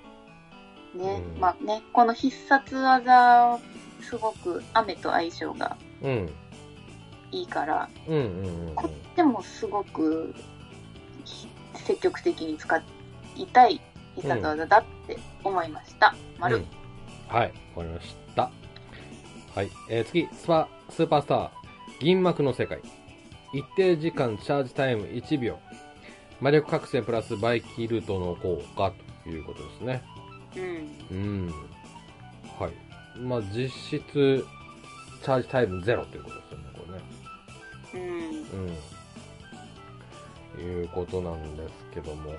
ね、うんまあねこの必殺技すごく雨と相性がうん。いいからうんうんうんうん。こっちもすごくひ積極的に使いたい必殺技だって思いました、丸、うんはい、わかりました。はい、えー次、スパ、スーパースター、銀幕の世界。一定時間チャージタイム1秒。魔力覚醒プラスバイキルトの効果ということですね。ううんん。はい。まあ、実質、チャージタイムゼロということですよね、これね。うんうん、いうことなんですけども、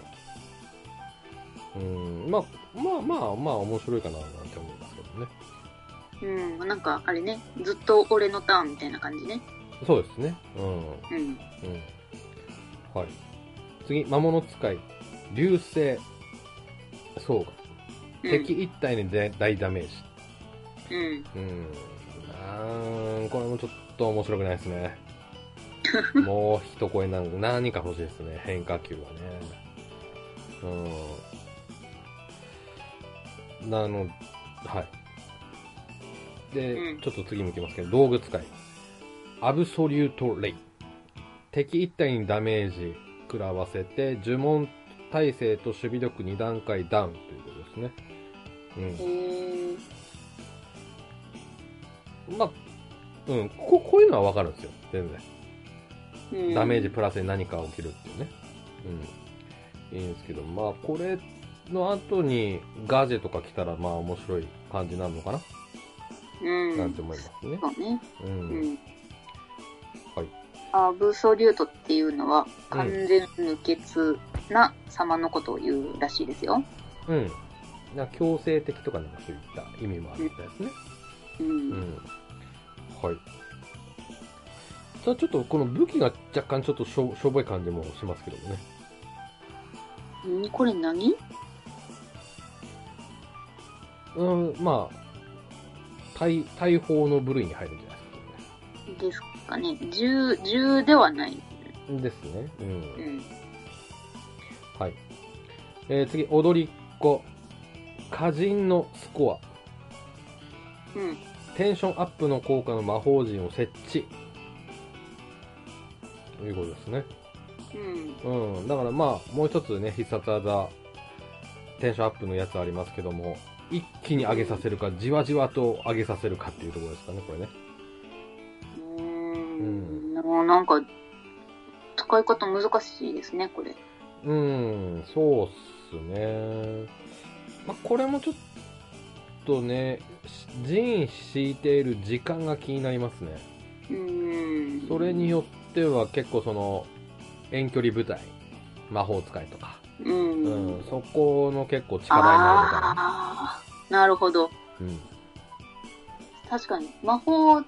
うん、まあ、まあまあまあ面白いかななんて思いますけどね。うん、なんかあれねずっと俺のターンみたいな感じねそうですね。うん、うん。うんはい。次、魔物使い、流星、そうか。敵一体にで大ダメージ。ううんん、あーこれもちょっと面白くないです ね。もう一声なん何か欲しいですね、変化球はね。うん。なの、はい。で、うんちょっと次向きますけど、道具使い。アブソリュートレイ。敵一体にダメージ食らわせて、呪文耐性と守備力2段階ダウンということですね。うんへ。えまあ、うん、ここういうのはわかるんですよ、全然。うんダメージプラスで何か起きるっていうね。うん。いいんですけど、まあ、これの後にガジェとか来たら、まあ、面白い感じになるのかな、うんなんて思いますね。そうねう。うんんはいアブソリュートっていうのは完全無欠な様のことを言うらしいですようん。な強制的とかなんかそういった意味もあるみたいですね。うん、うん。はい。さあ、ちょっとこの武器が若干ちょっとしょしょぼい感じもしますけどもね。うんこれ何うん、まあ、大、大砲の部類に入るんじゃないですか、こですかね銃銃ではないれね。ですね。う。うんんはい。えー次、踊りっ子。歌人のスコア。うんテンションアップの効果の魔法陣を設置。ということですね。うんうん。だからまあ、もう一つね、必殺技、テンションアップのやつありますけども、一気に上げさせるか、じわじわと上げさせるかっていうところですかね、これね。うーんななんか使い方難しいですねこれうん、そうっすね。まあ、これもちょっとね、し陣敷いている時間が気になりますね。うんそれによっては結構その、遠距離部隊、魔法使いとか、うん、うん、そこの結構力になああなるほどるみたいな。確かに魔法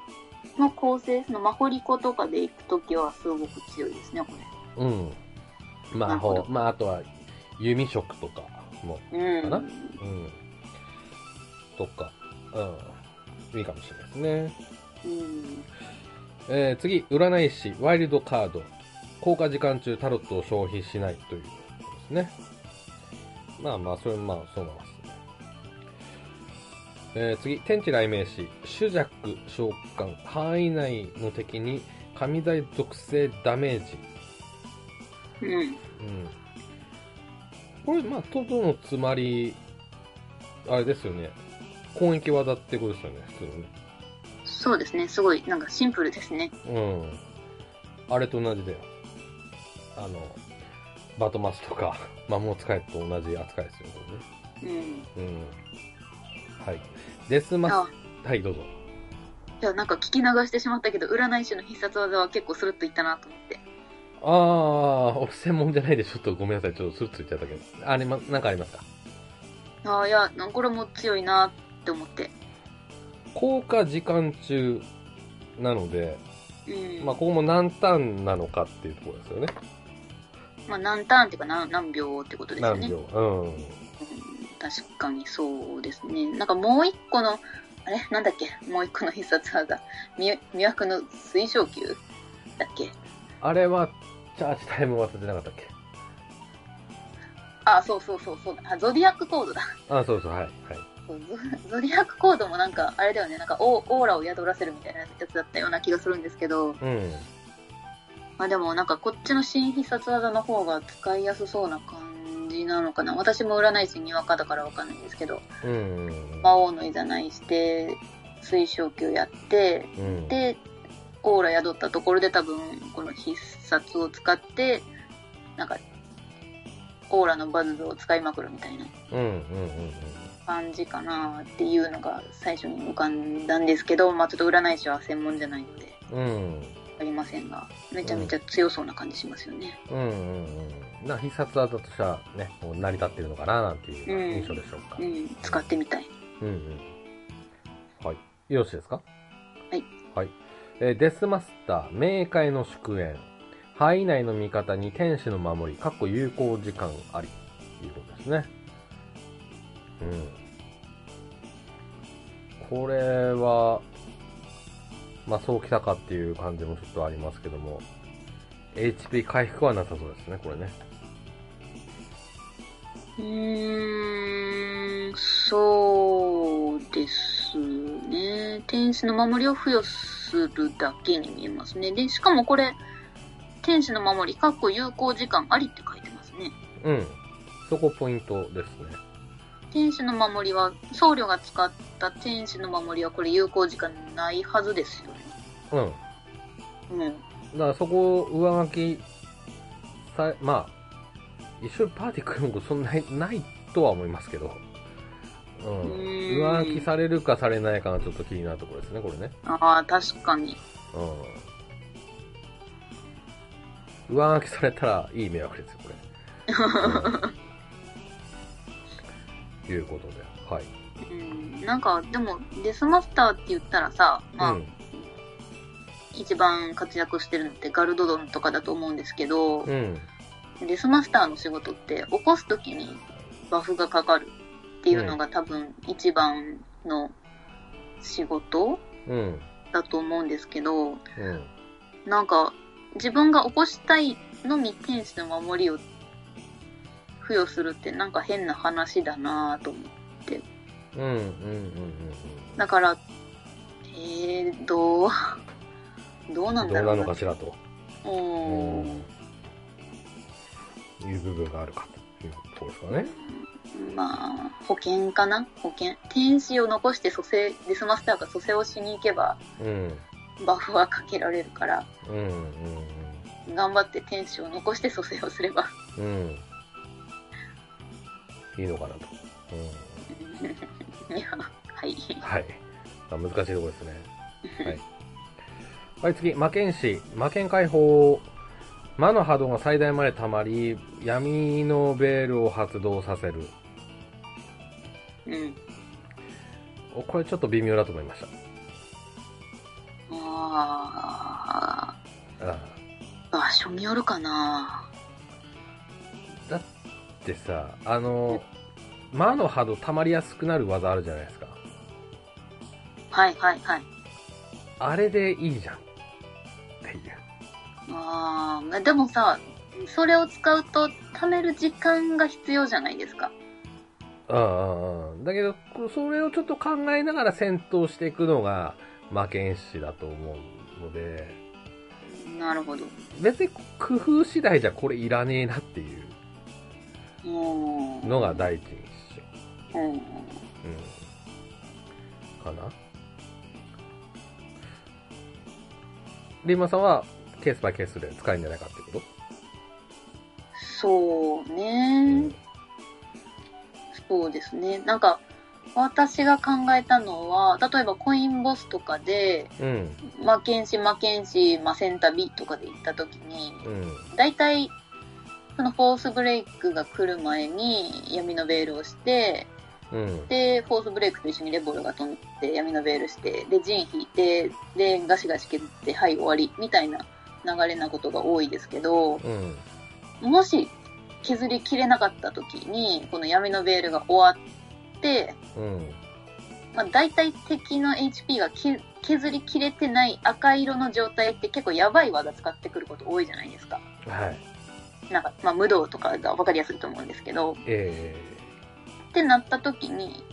の構成そのマホリコとかで行くときはすごく強いですねこうん。うん。まなあ、るほどほまあ、あとは、弓食とかも、れうかんなうん。とか、うん。いいかもしれないですね。うんえー次、占い師、ワイルドカード。効果時間中、タロットを消費しないということですね。まあまあ、それもまあ、そうなんですね。えー次、天地雷鳴詞、朱雀召喚、範囲内の敵に神大属性ダメージ。うん。うん。これ、まあ、トドのつまり、あれですよね。攻撃技ってことですよね、普通のね。そうですね。すごい、なんかシンプルですね。うん。あれと同じだよ。あの、バトマスとか、 魔物使いと同じ扱いですよ、こうん。れね。うん。はい。デスマあス、はい、どうぞ。いや、なんか聞き流してしまったけど、占い師の必殺技は結構スルッといったなと思って。あー、お専門じゃないで、ちょっとごめんなさい、ちょっとスルッと言っちゃったけど。あれ、ま、なんかありますかああ、いや、なんかこれも強いなって思って。効果時間中なので、うん。まあ、ここも何ターンなのかっていうところですよね。まあ、何ターンっていうか何何秒ってことですよ何ね。秒。うん。うん確かにそうですね。なんかもう一個の、あれなんだっけもう一個の必殺技。み魅惑の水晶球だっけあれは、チャージタイム忘れてなかったっけあ、そうそうそうそうだ。あ、ゾディアックコードだ。あ、そうそう、はい。はい。そうゾゾディアックコードもなんか、あれだよね。なんかオーオーラを宿らせるみたいなやつだったような気がするんですけうど。ん。まあでもなんかこっちの新必殺技の方が使いやすそうな感じなのかな。私も占い師にわかだからわかんないんですけど。うん。魔王のいざないして、水晶球やって、うん、でオーラ宿ったところで多分この必殺を使ってなんかオーラのバズを使いまくるみたいなうんうんうんうん。感じかなっていうのが最初に浮かんだんですけどまあちょっと占い師は専門じゃないのでうん。ありませんがめちゃめちゃ強そうな感じしますよね、うんうんうん。な必殺技としてはね、もう成り立ってるのかななんていうような印象でしょうか。うん使ってみたいうんうん。はい。よろしいですかはい。はい。えーデスマスター、冥界の祝宴。範囲内の味方に天使の守り、かっこ有効時間あり。ということですね。うん。これは、まあ、そうきたかっていう感じもちょっとありますけども、HP 回復はなさそうですね、これね。うーんそうですね。天使の守りを付与するだけに見えますね。で、しかもこれ、天使の守り、かっこ有効時間ありって書いてますね。うん。そこポイントですね。天使の守りは、僧侶が使った天使の守りはこれ有効時間ないはずですよね。うん。うん。だからそこを上書きさまあ一緒にパーティー組むことそんなにないとは思いますけど、うん、うーん上書きされるかされないかがちょっと気になるところですねこれね、ああ、確かに。うん、上書きされたらいい迷惑ですよこれ、うん、いうことではい、うん。なんか、でも、デスマスターって言ったらさ、まあ、うん一番活躍してるのってガルドドンとかだと思うんですけど、うんデスマスターの仕事って起こす時にバフがかかるっていうのが多分一番の仕事うんだと思うんですけどうんなんか自分が起こしたいのみ天使の守りを付与するってなんか変な話だなぁと思ううんうんうんうんだからえー、どう どううなんんどうだろなうのなかしらとうんいう部分があるかというところですかね。まあ、保険かな保険。天使を残して蘇生、デスマスターが蘇生をしに行けば、うん。バフはかけられるから、うんうん頑張って天使を残して蘇生をすれば。 うん。うん。いいのかなと。いや、はうい。ん。はい。まあ難しいところですね。はい。はい、次。魔剣士。魔剣解放。魔の波動が最大まで溜まり、闇のベールを発動させる。うん。おこれちょっと微妙だと思いました。あああ、場所によるかな。ーだってさ、あの、魔の波動溜まりやすくなる技あるじゃないですか。はいはいはい。あれでいいじゃん。っていう。ああ、でもさ、それを使うと、貯める時間が必要じゃないですか。ああ、だけど、それをちょっと考えながら戦闘していくのが、魔剣士だと思うので、なるほど。別に工夫次第じゃこれいらねえなっていううん。のが第一印象。うん。うん。かなリーマンさんは、ケースバイケースで使えんじゃないかってことそううね。そうですね。なんか、私が考えたのは、例えばコインボスとかで、うん。魔剣士、魔剣士、魔戦旅とかで行った時に、うん。大体、そのフォースブレイクが来る前に闇のベールをして、うん。で、フォースブレイクと一緒にレボルが飛んで闇のベールして、で、陣引いて、で、ガシガシ削って、はい、終わり、みたいな流れなことが多いですけど、うん。もし削りきれなかった時に、この闇のベールが終わって、うん。まあ、大体敵の HP がけ削りきれてない赤色の状態って結構やばい技使ってくること多いじゃないですか。はい。なんか、まあ、無道とかが分かりやすいと思うんですけど。えってなった時に、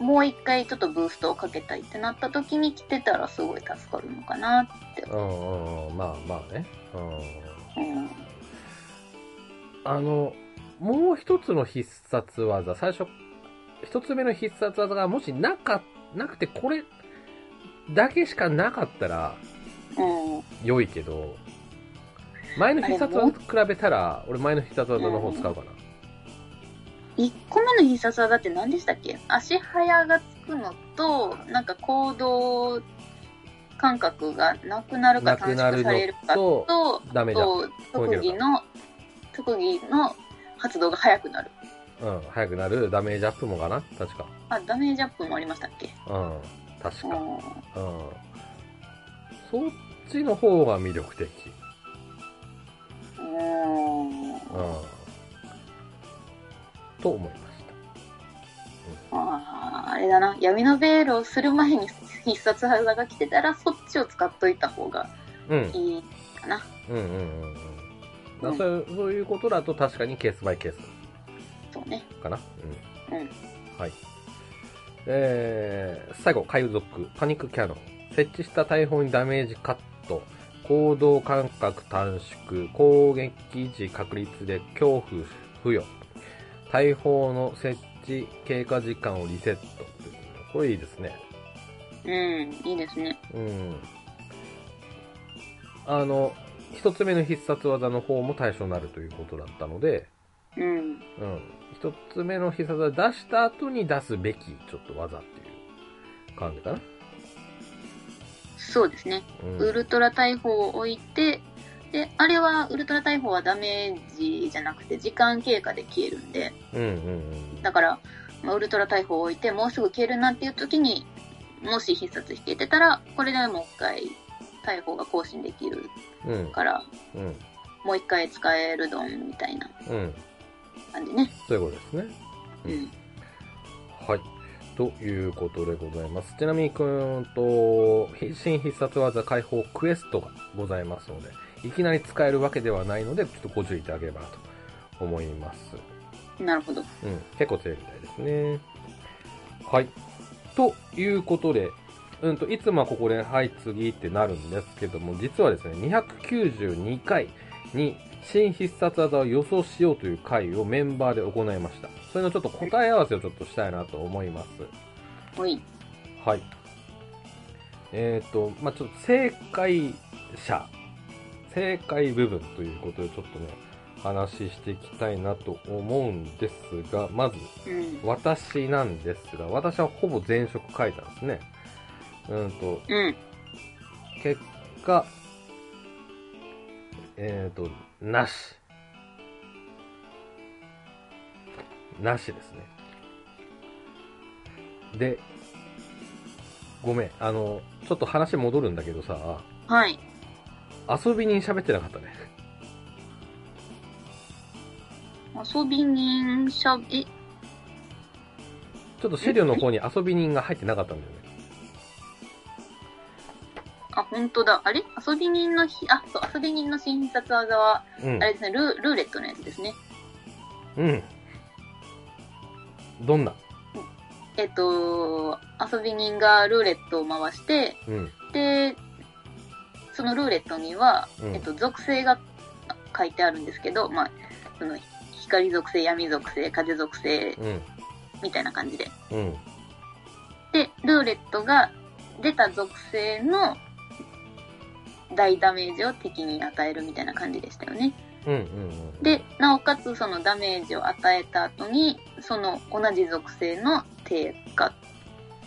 もう一回ちょっとブーストをかけたいってなった時に来てたらすごい助かるのかな。えうんうん。まあまあね。うん。うん。あの、もう一つの必殺技、最初、一つ目の必殺技がもしなか、なくてこれだけしかなかったらうん。良いけど、前の必殺あれ技もと比べたら、俺前の必殺技の方使うかな。一個目の必殺技って何でしたっけ足早がつくのと、なんか行動感覚がなくなるなか短くな縮るされるかのと、と、ダメじゃん。そう特技の特技の発動が速くなるうん、早くなる、ダメージアップもかな確か。あダメージアップもありましたっけうん、確うか。んうん。そっちの方が魅力的。うんうん。と思いました。あーあれだな闇のベールをする前に必殺技が来てたらそっちを使っといた方がうん、いいかなうん、うん、うんうん。だうかんらそうそういうことだと確かにケースバイケースそうねかな。うん。うんはい。えー、最後、海賊、パニックキャノン。設置した大砲にダメージカット。行動間隔短縮。攻撃時確率で恐怖付与。大砲の設置経過時間をリセットっていう。これいいですね。うんいいですねうん。あの、一つ目の必殺技の方も対象になるということだったので、うんうん。一つ目の必殺技出した後に出すべき、ちょっと技っていう感じかな。そうですねうん。ウルトラ大砲を置いてであれはウルトラ大砲はダメージじゃなくて時間経過で消えるんでうんうんうん。だから、まあウルトラ大砲を置いて、もうすぐ消えるなっていう時に、もし必殺引けてたら、これでもう一回、大砲が更新できるうん。から、うん。もう一回使えるドンみたいなうん。感じね。そういうことですね。ううんん。はい。ということでございます。ちなみに、くーんと、ひ新必殺技解放クエストがございますので、いきなり使えるわけではないので、ちょっとご注意いただければなと思います。なるほど。うん、結構強いみたいですね。はい。ということで、うんと、いつもはここで、はい、次ってなるんですけども、実はですね、292回に新必殺技を予想しようという回をメンバーで行いました。それのちょっと答え合わせをちょっとしたいなと思います。おい。はい。えっ、と、まあ、ちょっと正解者、正解部分ということでちょっとね、話していきたいなと思うんですが、まず、うん。私なんですが、私はほぼ全色書いたんですね。うんと、うん。結果、えっ、と、なし。なしですね。で、ごめん、あの、ちょっと話戻るんだけどさ、はい。遊びに喋ってなかったね。遊び人しゃ、え、ちょっと資料の方に遊び人が入ってなかったんだよね。あ、本当だ。あれ遊び人のひ、あ、そう、遊び人の新必殺技は、うんあれですね、ルールーレットのやつですね。うん。どんなえっと、遊び人がルーレットを回して、うん。で、そのルーレットには、うんえっと、属性が書いてあるんですけど、まあ、その光属性、闇属性、風属性うん。みたいな感じで。うん。で、ルーレットが出た属性の大ダメージを敵に与えるみたいな感じでしたよね。うん。うん。で、なおかつそのダメージを与えた後に、その同じ属性の低下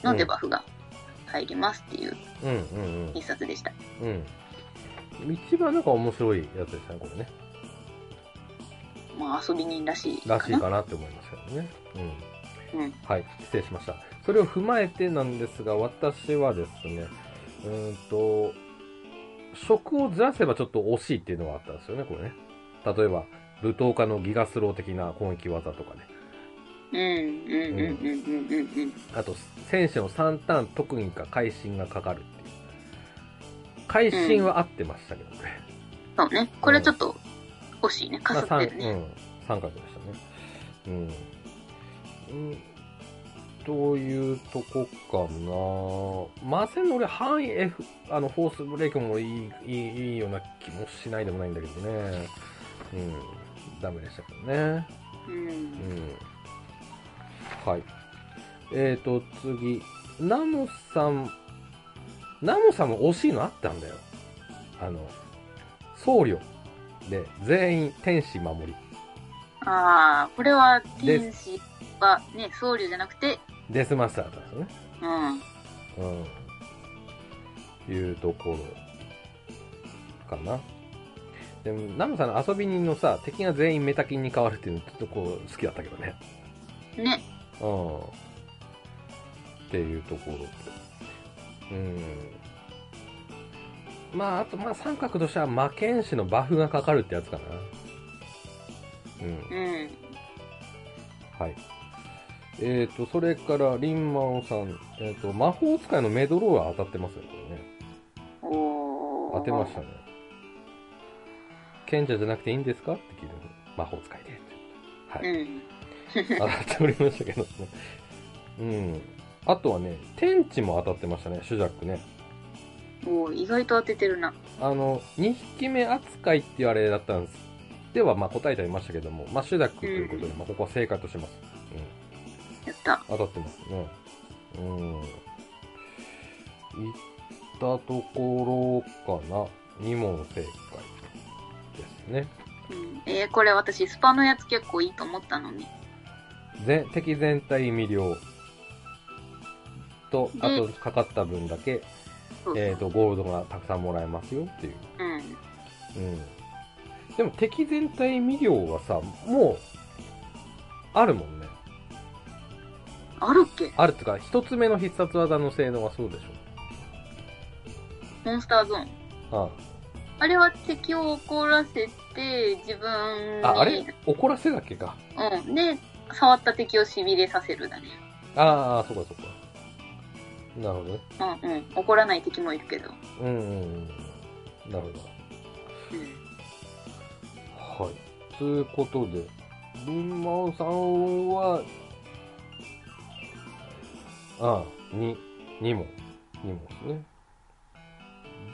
のデバフが入りますっていううん。うん。一冊でした。うん。うん。一番なんか面白いやつでしたね、これね。まあ遊び人らしいからな。しいかなって思いますけどね。うん。うん。はい、失礼しました。それを踏まえてなんですが、私はですね、うーんと、食をずらせばちょっと惜しいっていうのがあったんですよね、これね。例えば、武闘家のギガスロー的な攻撃技とかね。うんうんうんうんうんうんうん。あと、戦士の3ターン特技か会心がかかるっていう。会心は合ってましたけどね。そうね。これちょっと惜しいね。かすってるまあね。三うん、三角でしたね。うん。うん、というとこかなませんの俺、範囲 F、あの、フォースブレイクもいい、いい、いいような気もしないでもないんだけどね。うん。ダメでしたけどね。う。うんん。はい。えーと、次。ナモさん。ナモさんも惜しいのあったんだよ。あの、僧侶で全員天使守り。ああ、これは天使はね、僧侶じゃなくて、デスマスターだったんですよね。うん。うん。いうところかな。でも、ナムさんの遊び人のさ、敵が全員メタキンに変わるっていうのちょっとこう、好きだったけどね。ね。うん。っていうところと。うん。まあ、あと、まあ、三角としては魔剣士のバフがかかるってやつかな。うんう。ん。はい。えっ、ー、と、それから、リンマオさん。えっ、と、魔法使いのメドローラー当たってますよね、これね。おー当てましたね。賢者じゃなくていいんですかって聞いても魔法使いで。はい。うん。当たっておりましたけどね。うん。あとはね、天地も当たってましたね、主弱ね。おー意外と当ててるな。あの、2匹目扱いっていうあれだったんです。では、まあ答えてありましたけども、まあ主弱ということで、まあここは正解とします。うん。やった。当たってますね。うん。いったところかな。2問正解ですね。うん、えー、これ私、スパのやつ結構いいと思ったのに。全敵全体未了とであとかかった分だけ、そうそう。えー、とゴールドがたくさんもらえますよっていう、うん。うん、でも敵全体未了はさもうあるもんねあるっけあるっていうか一つ目の必殺技の性能はそうでしモンスターゾーン。ょああれは敵を怒らせて、自分に。あああれ怒らせだっけかうん。で、触った敵を痺れさせるだね。ああそうかそうかなるほどねうんうん。怒らない敵もいるけど。うんうんうんなるほどうん。はい。つうことで、リンマオさんは、ああ、に、2問。2問ですね。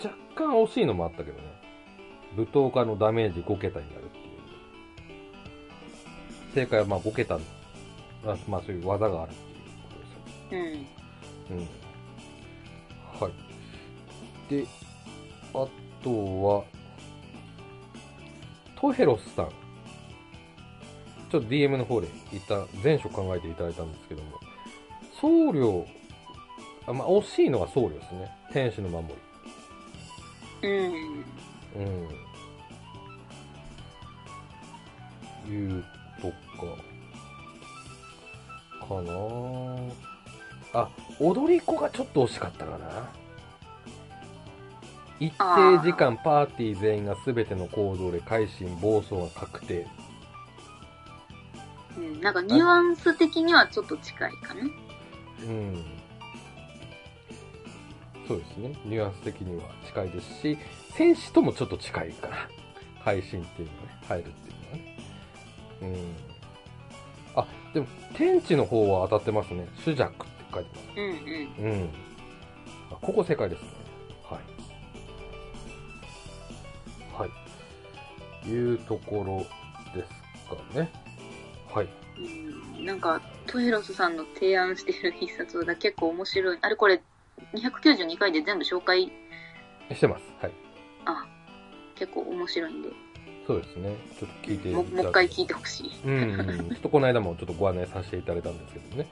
若干惜しいのもあったけどね。武闘家のダメージ5桁になるっていう。正解はまあ5桁、あまあそういう技があるっていうことですよ。うん。うん。はい。で、あとは、トヘロスさん。ちょっと DM の方で一旦前職考えていただいたんですけども、僧侶、あまあ、惜しいのが僧侶ですね。天使の守り。うん。うん。いうとか、かなぁあ、踊り子がちょっと惜しかったかな。一定時間パーティー全員が全ての行動で改心、暴走が確定。うんなんかニュアンス的にはちょっと近いかな。うん。そうですね。ニュアンス的には近いですし、戦士ともちょっと近いかな。配信っていうのね、入るっていうのはね。うん。あ、でも、天地の方は当たってますね。主弱って書いてます。うんうん。うん。あここ正解ですね。はい。はい。いうところですかね。はい。うんなんか、トヘロスさんの提案してる必殺技結構面白い。あれこれ、292回で全部紹介、してます。はい。あ、結構面白いんで、そうですね。ちょっと聞いていたもだもう一回聞いてほしい。うん。ちょっとこの間もちょっとご案内させていただいたんですけどね。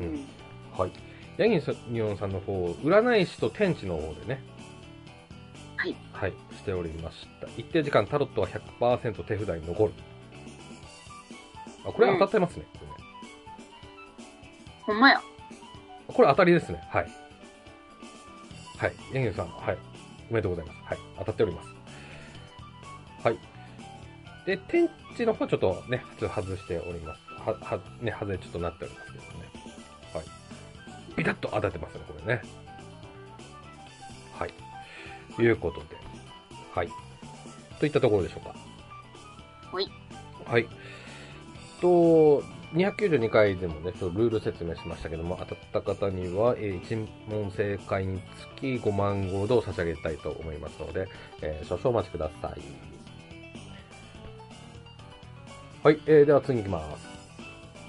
ううんん。はい。ヤギニオンさんの方、占い師と天地の方でね。はい。はい、しておりました。一定時間タロットは100%手札に残る。あ、これ当たってますね。これねほんまや。これ当たりですね。はい。はい。ヤギニオンさん、はい。おめでとうございます。はい。当たっております。はい。で、天地の方はちょっとね、普通外しております。は、は、ね、外れちょっとなっておりますけどね。はい。ビタッと当たってますね、これね。はい。ということで。はい。といったところでしょうか。ほい。はい。と、292回でもね、ちょっとルール説明しましたけども、当たった方には、え1問正解につき5万ゴールドを差し上げたいと思いますので、えー少々お待ちください。はい、えーでは次行きます。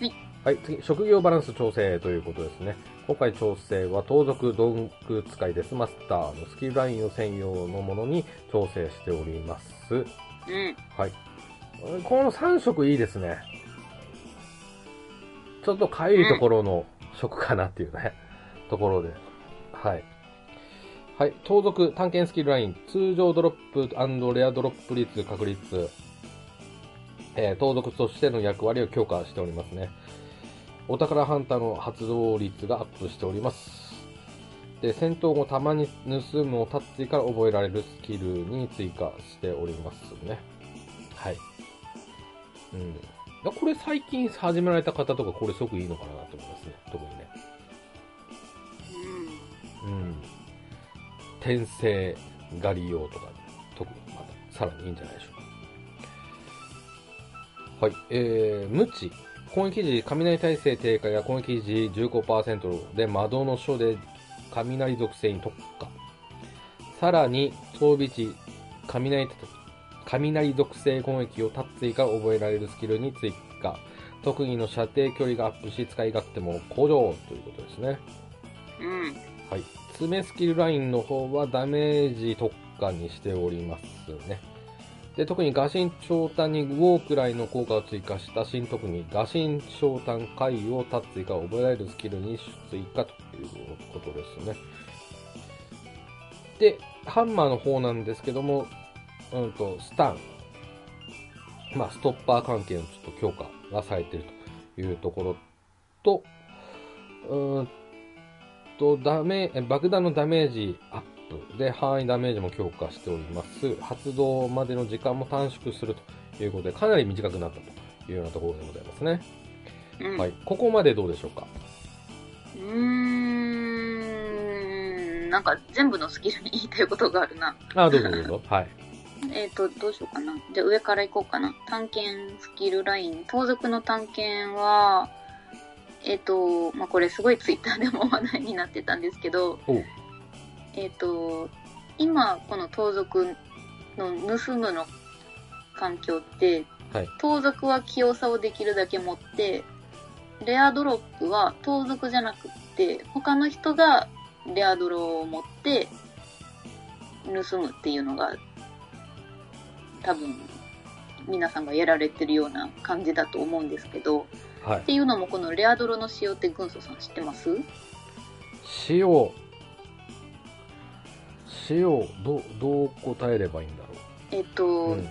はい。はい、次、職業バランス調整ということですね。今回調整は、盗賊、道具使いです。マスターのスキルラインを専用のものに調整しております。うん。はい。この3色いいですね。ちょっとかゆいところの色かなっていうね、ところで。はい。はい。盗賊、探検スキルライン、通常ドロップレアドロップ率、確率。えー盗賊としての役割を強化しておりますね。お宝ハンターの発動率がアップしております。で、戦闘後たまに盗むをタッチから覚えられるスキルに追加しておりますね。はい。うん。だこれ最近始められた方とかこれすごくいいのかなと思いますね。特にね。うん。転生狩り用とか、特にまたさらにいいんじゃないでしょうか。はい。えー、無知。攻撃時、雷耐性低下や攻撃時15%で窓の書で雷属性に特化。さらに、装備時、雷、雷属性攻撃をタッツイから覚えられるスキルに追加。特技の射程距離がアップし、使い勝手も向上ということですね。うん。うん。はい、爪スキルラインの方はダメージ特化にしておりますね。で特にガシン長短にウォークライの効果を追加した新特にガシン長短回を立つ追加を覚えられるスキルに追加ということですね。で、ハンマーの方なんですけども、うんと、スタン。まあ、ストッパー関係のちょっと強化がされているというところと、うーんとダメえ爆弾のダメージアップで範囲ダメージも強化しております発動までの時間も短縮するということでかなり短くなったというようなところでございますね、うん。はい、ここまでどうでしょうかうーん。なんか全部のスキルに言いたいことがあるな。あどうぞどうぞ はいえっ、と、どうしようかな。じゃあ上から行こうかな。探検スキルライン。盗賊の探検は、えっ、と、まあ、これすごいツイッターでも話題になってたんですけど、おうえっ、と、今この盗賊の盗むの環境って、はい盗賊は器用さをできるだけ持って、レアドロップは盗賊じゃなくって、他の人がレアドロを持って、盗むっていうのが、多分、皆さんがやられてるような感じだと思うんですけど、はいっていうのもこのレアドロの仕様って軍曹さん知ってます塩塩どどう答えればいいんだえっろと、う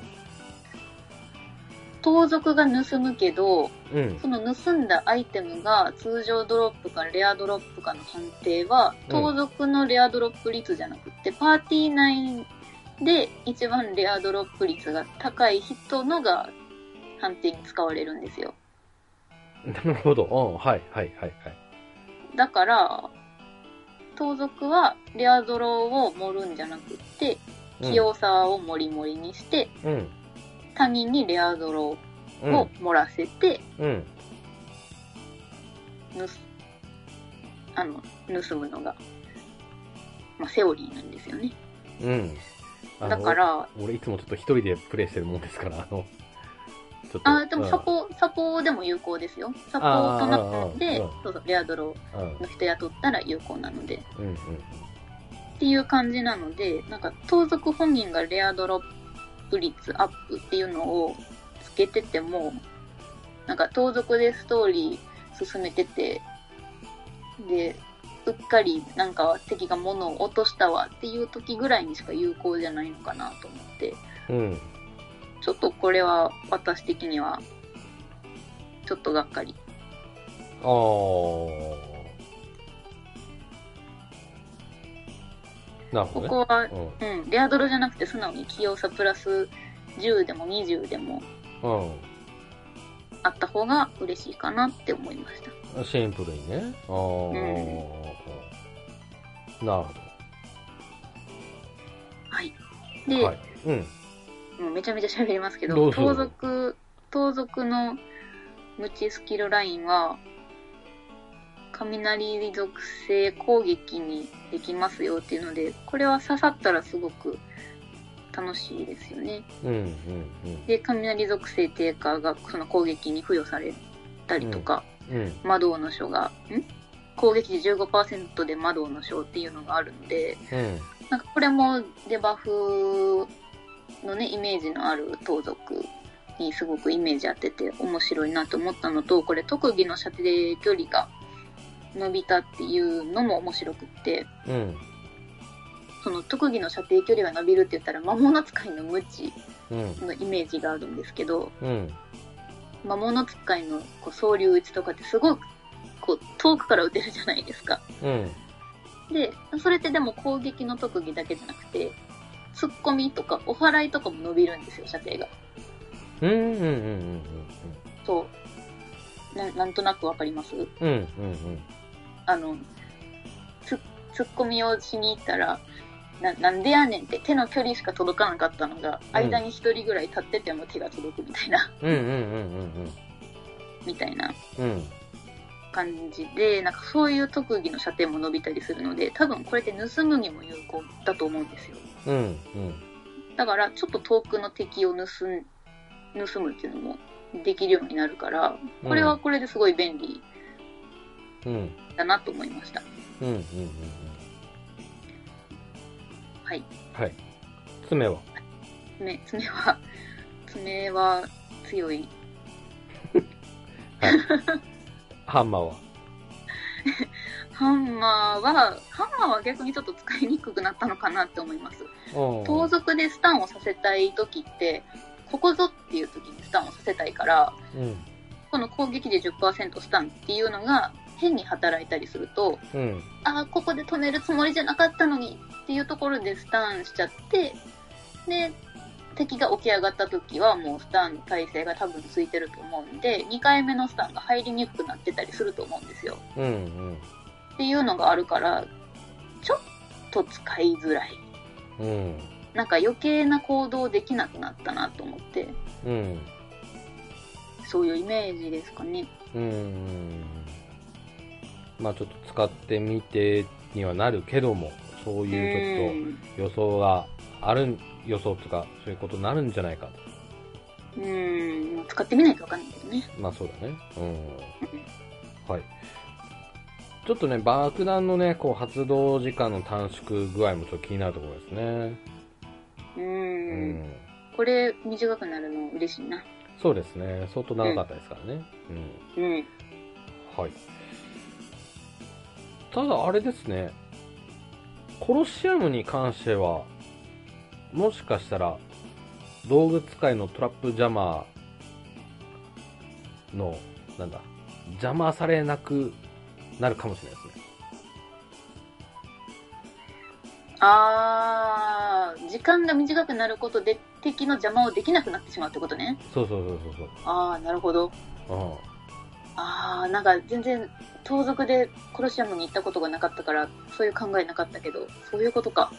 盗賊が盗むけど、うん、うん、その盗んだアイテムが通常ドロップかレアドロップかの判定は、うん盗賊のレアドロップ率じゃなくて、パーティー内で一番レアドロップ率が高い人のが判定に使われるんですよ。なるほど、うん、はいはいはいはいだから、盗賊はレアドロを盛るんじゃなくって、うん器用さを盛り盛りにして、うん他人にレアドロうんを盛らせて、うん盗あの盗むのが、まあ、セオリーなんですよねうん。あのだか。ら俺いつもちょっと一人でプレイしてるもんですから、あの、ちょっと。あでもサうんポ、サポでも有効ですよサポあーートなくあてーあーそうそうレアドロうんの人雇ったら有効なのでうんうん。っていう感じなのでなんか盗賊本人がレアドロップ率アップっていうのをつけててもなんか盗賊でストーリー進めててでうっかりなんか敵が物を落としたわっていう時ぐらいにしか有効じゃないのかなと思ってうん。ちょっとこれは私的にはちょっとがっかりあー。なるほこどね。こは、うんうん、レアドロじゃなくて素直に器用さプラス10でも20でもうあった方が嬉しいかなって思いました。ん。シンプルにね。ああ、なるほはい。ど。で、はい。うん。もうめちゃめちゃ喋りますけどど、うぞ盗賊、盗賊の無知スキルラインは、雷属性攻撃にできますよっていうので、これは刺さったらすごく楽しいですよね。うんうんで、雷属性低下がその攻撃に付与されたりとか、うん。うん。魔導の書が、ん攻撃時15%で魔導の書っていうのがあるので、うん。なんかこれもデバフのねイメージのある盗賊にすごくイメージ当てて面白いなと思ったのとこれ特技の射程距離が伸びたっていうのも面白くってうん。その特技の射程距離が伸びるって言ったら魔物使いの無知うん。のイメージがあるんですけどうん。魔物使いのこう総流打ちとかってすごくこう遠くから打てるじゃないですか。うん。で、それってでも攻撃の特技だけじゃなくて、突っ込みとかお祓いとかも伸びるんですよ、射程が。うん。うん。うん。うん。そう。ななんとなくわかりますうん。うん。うん。あの、つ突っ込みをしに行ったら、ななんでやねんって手の距離しか届かなかったのが、うん間に一人ぐらい立ってても手が届くみたいな、 うん。うん。うん。みたいなうん。感じで、なんかそういう特技の射程も伸びたりするので、多分これって盗むにも有効だと思うんですよ。うん。うん。だからちょっと遠くの敵を盗ん盗むっていうのもできるようになるからこれはこれですごい便利うん。だなと思いました、うん。うん。はいはい。爪は爪爪は爪は強いハンマーはハンマーはハンマーは逆にちょっと使いにくくなったのかなって思います盗賊でスタンをさせたい時ってここぞっていう時にスタンをさせたいからうん。この攻撃で10%スタンっていうのが変に働いたりするとうん。あーここで止めるつもりじゃなかったのにっていうところでスタンしちゃってで敵が起き上がった時はもうスタンの体勢が多分ついてると思うんで2回目のスタンが入りにくくなってたりすると思うんですようん。うん。っていうのがあるからちょっと使いづらいうん。なんか余計な行動できなくなったなと思ってうん。そういうイメージですかねうーんまあちょっと使ってみてにはなるけどもそういううんちょっと予想があるん予想とかそういうことになるんじゃないかうんもう使ってみないとわかんないけどねとまあそうだねうんはいちょっとね爆弾のねこう発動時間の短縮具合もちょっと気になるところですねううんこれ短くなるの嬉しいなそうですね相当長かったですからねうんうんはい。ただ、あれですね。コロシアムに関しては、もしかしたら、道具使いのトラップジャマーの、なんだ、邪魔されなくなるかもしれないですね。あー時間が短くなることで敵の邪魔をできなくなってしまうってことねそうそうそうそうああなるほどそう。ああなんか全然盗賊でコロシアムに行ったことがなかったからそういう考えなかったけどそういうことか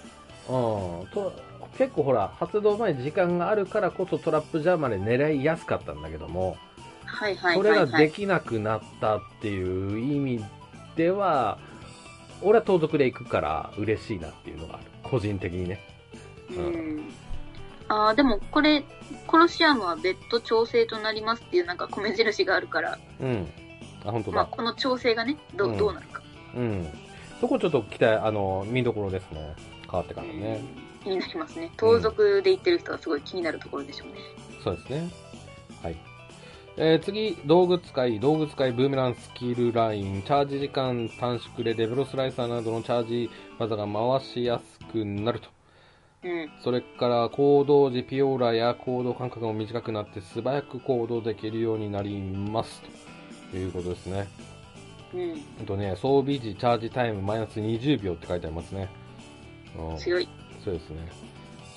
うん。うん。と結構ほら、発動前に時間があるからこそトラップジャマーで狙いやすかったんだけども、はいはいそはれい、がはでい。きなくなったっていう意味では、俺は盗賊で行くから嬉しいなっていうのがある。個人的にね。うん。ああ、でもこれ、コロシアムは別途調整となりますっていうなんか米印があるから、うん。あ、本当まあだ。この調整がね、どうんうどうなるか。うん。そこちょっと期待、あの、見どころですね。変わってからね。気になりますね。盗賊で言ってる人はすごい気になるところでしょうね。そうですね。はい。えー次、道具使い、道具使い、ブーメランスキルライン、チャージ時間短縮でデブロスライサーなどのチャージ技が回しやすくなると。うん。それから行動時ピオーラや行動間隔も短くなって素早く行動できるようになりますということですね。うん。えっとね、装備時チャージタイムマイナス20秒って書いてありますね。うん、そう強い。ですね。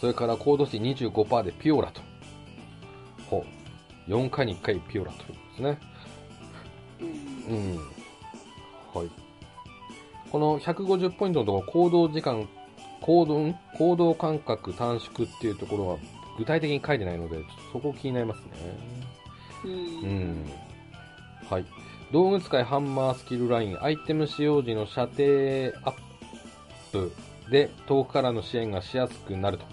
それから行動時25%でピオーラと。ほう。4回に1回ピオーラということですね。うん。うん。はい。この150ポイントのところ、行動時間、行動ん、行動間隔短縮っていうところは具体的に書いてないので、ちょっとそこ気になりますね。ううんん。。はい。道具使いハンマースキルライン、アイテム使用時の射程アップで遠くからの支援がしやすくなると。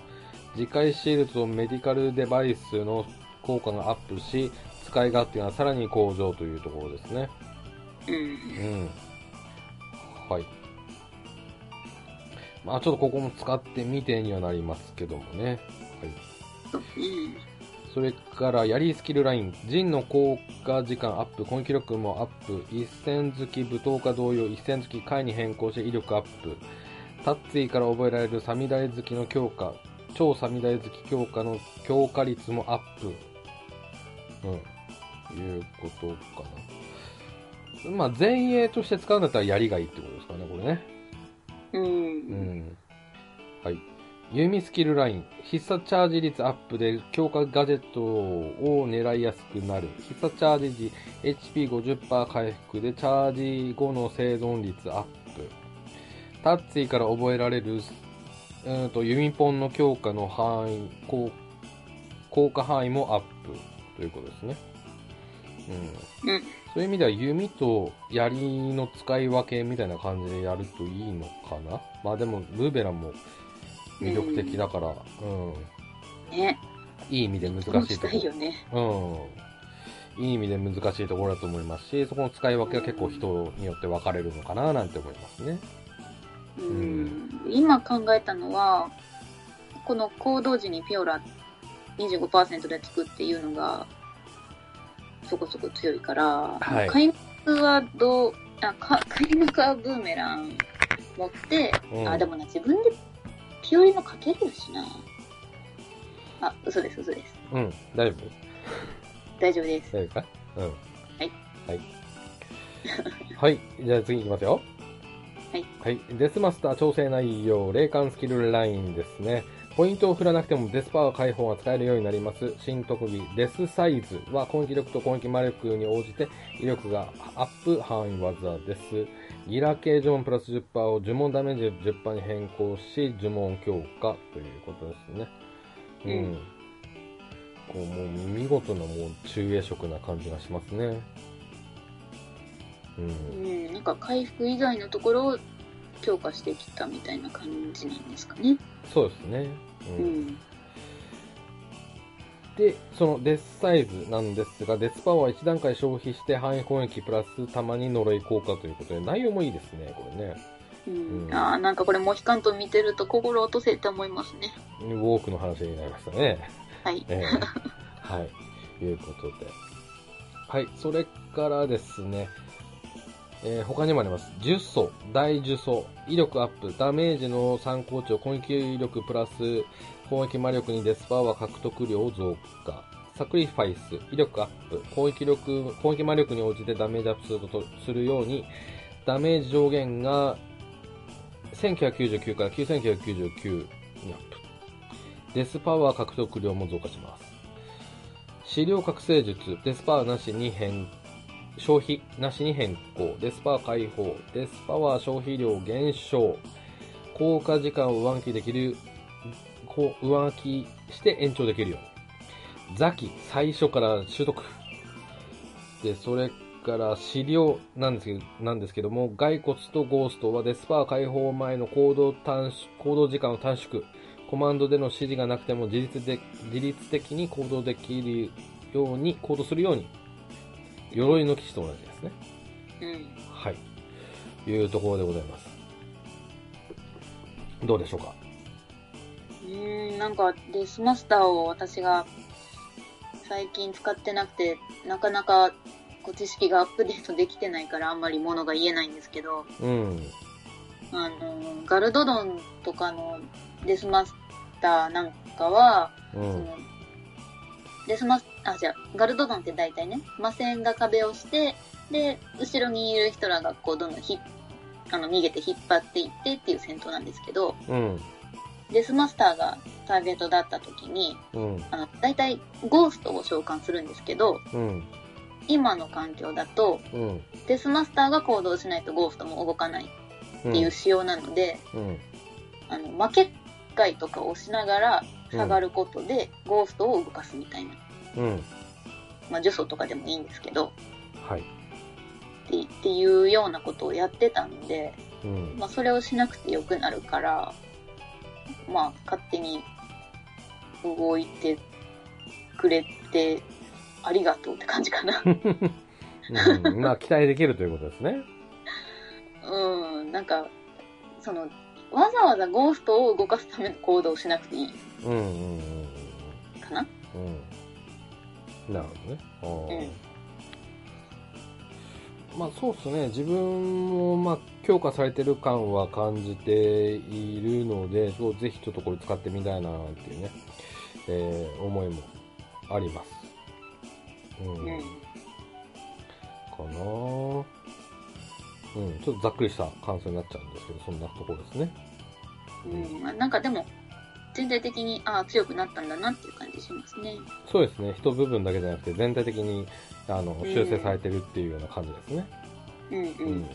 次回シールドとメディカルデバイスの効果がアップし、使い勝手がさらに向上というところですね。うん。うん。はい。まあちょっとここも使ってみてにはなりますけどもね。はい。うん。それから、槍スキルライン。陣の効果時間アップ、攻撃力もアップ。一戦好き、武闘家同様、一戦好き、回に変更して威力アップ。タッツィから覚えられるサミダイ好きの強化。超サミダイ好き強化の強化率もアップ。うん。いうことかな。まあ、前衛として使うんだったら槍がいいってことですかね、これね。う。うんん。はい。弓スキルライン。必殺チャージ率アップで強化ガジェットを狙いやすくなる。必殺チャージ時 HP50% 回復でチャージ後の生存率アップ。タッツィから覚えられる、うーんと、弓ポンの強化の範囲、効効果範囲もアップということですね。うん。うん。そういう意味では弓と槍の使い分けみたいな感じでやるといいのかなまあでもブーベランも魅力的だから、うん、ね。いい意味で難し落いちとたいよね。ころ、うん、いい意味で難しいところだと思いますし、そこの使い分けは結構人によって分かれるのかななんて思いますね。うん今考えたのはこの行動時にピオラ25%でつくっていうのがそこそこ強いから、はい開幕はどうあか開幕はブーメラン持って、うんあでもな自分でピオリもかけれるしなあ嘘です嘘ですうん、大丈夫大丈夫です。大丈夫かうん。はいはい。はい。じゃあ次行きますよ。はい。デスマスター調整内容、霊感スキルラインですね。ポイントを振らなくてもデスパワー解放が使えるようになります。新特技、デスサイズは攻撃力と攻撃魔力に応じて威力がアップ範囲技です。ギラ系呪文プラス10%を呪文ダメージ10%に変更し、呪文強化ということですね。ううんん。こう、もう見事なもう中衛色な感じがしますね。う。うんんなんか回復以外のところを強化してきたみたいな感じなんですかねそうですね。う。うんんで、そのデスサイズなんですが、デスパワー1段階消費して範囲攻撃プラスたまに呪い効果ということで、内容もいいですね、これね。うんうんああなんかこれモヒカンと見てると心落とせって思いますねウォークの話になりましたね。はいええ はい。いうことで。はい。それからですね。えー他にもあります。10層、大10層、威力アップ、ダメージの参考値を攻撃力プラス攻撃魔力にデスパワー獲得量を増加。サクリファイス、威力アップ、攻撃力、攻撃魔力に応じてダメージアップするとするように、ダメージ上限が1999から9999にアップ。デスパワー獲得量も増加します。資料覚醒術、デスパワーなしに変、消費なしに変更、デスパワー解放、デスパワー消費量減少、効果時間を上書きできる、こう上書きして延長できるように。ザキ、最初から習得。して、それから資料なんですけどなんですけども、骸骨とゴーストはデスパー解放前の行動短縮行動時間を短縮、コマンドでの指示がなくても自律で自律的に行動できるように、行動するように、鎧の騎士と同じですね。うん。はい。いうところでございます。どうでしょうかうーん、なんかデスマスターを私が最近使ってなくて、なかなかこう知識がアップデートできてないからあんまりものが言えないんですけど、うん。あの、ガルドドンとかのデスマスターなんかは、うそん。のデスマス、あ、じゃあガルドドンって大体ね、魔線が壁をして、で、後ろにいる人らがこうどんどんひあの逃げて引っ張っていってっていう戦闘なんですけど、うん。デスマスターがターゲットだった時に、うん。あの、大体ゴーストを召喚するんですけど、うん。今の環境だと、うん。デスマスターが行動しないとゴーストも動かないうん。っていう仕様なので、うん。あの、負け回とかをしながら下がることで、ゴーストを動かすみたいな。うん。まあ、呪詛とかでもいいんですけど、はい。ってっていうようなことをやってたんで、うん。まあ、それをしなくてよくなるから、まあ、勝手に動いてくれて、ありがとうって感じかな。うん、まあ、期待できるということですね。うん、なんか、その、わざわざゴーストを動かすための行動をしなくていいうん。うん。うんかな。うん。うんなるほどね。あーまあ、そうですね。自分も、まあ、強化されてる感は感じているので、そうぜひちょっとこれ使ってみたいな、っていうね、えー思いもあります。ううんん。かなぁうん、ちょっとざっくりした感想になっちゃうんですけど、そんなところですね。うんまあ、なんかでも、全体的に、ああ、強くなったんだなっていう感じしますね。そうですね、一部分だけじゃなくて、全体的にあのうん修正されてるっていうような感じですね。うんううんん。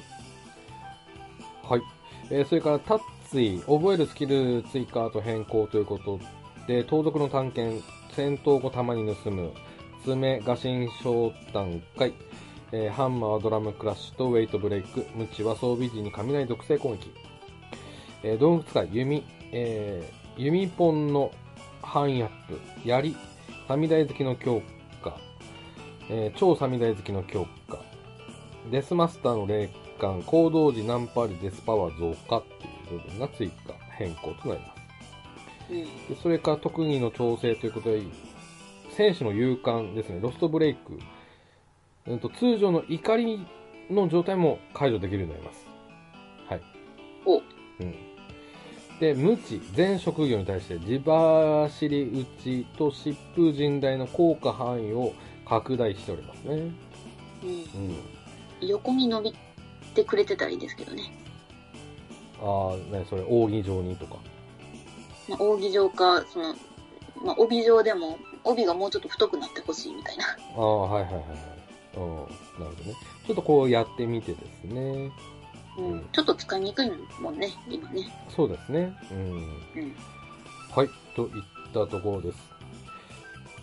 はい、えーそれから、タッツイ、覚えるスキル追加と変更ということで、盗賊の探検、戦闘後弾に盗む、爪、画心昇段階、えーハンマーはドラムクラッシュとウェイトブレイク、ムチは装備時に雷属性攻撃、えー道具使い、弓、えー弓ポンの範囲アップ、槍、サミダイ好きの強化、えー超サミダイ好きの強化、デスマスターの霊感、行動時ナンパーでデスパワー増加っていう部分が追加、変更となります。うん。でそれから特技の調整ということで、選手の勇敢ですね、ロストブレイク、うん、と通常の怒りの状態も解除できるようになります。はい。おうん。で、無知、全職業に対して、地走り打ちと疾風甚大の効果範囲を拡大しておりますね。ううんん。横に伸びてくれてたらいいですけどね。ああ、ね、それ、扇状にとか。まあ、扇状か、その、まあ、帯状でも、帯がもうちょっと太くなってほしいみたいな。ああ、はいはいはいはい。うん、なるほどね。ちょっとこうやってみてですね。うん。ちょっと使いにくいもんね、今ね。そうですね。うん。うん。はい、といったところです。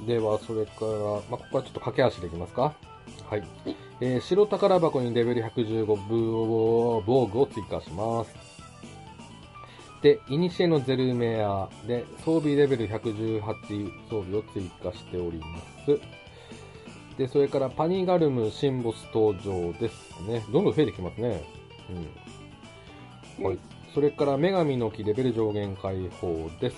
では、それから、まあ、ここはちょっと駆け足でいきますか。はい。えー白宝箱にレベル115ブ防具を追加します。で、イニシエのゼルメアで装備レベル118装備を追加しております。で、それからパニガルムシンボス登場ですね。どんどん増えてきますね。うん。はい、それから女神の木レベル上限解放です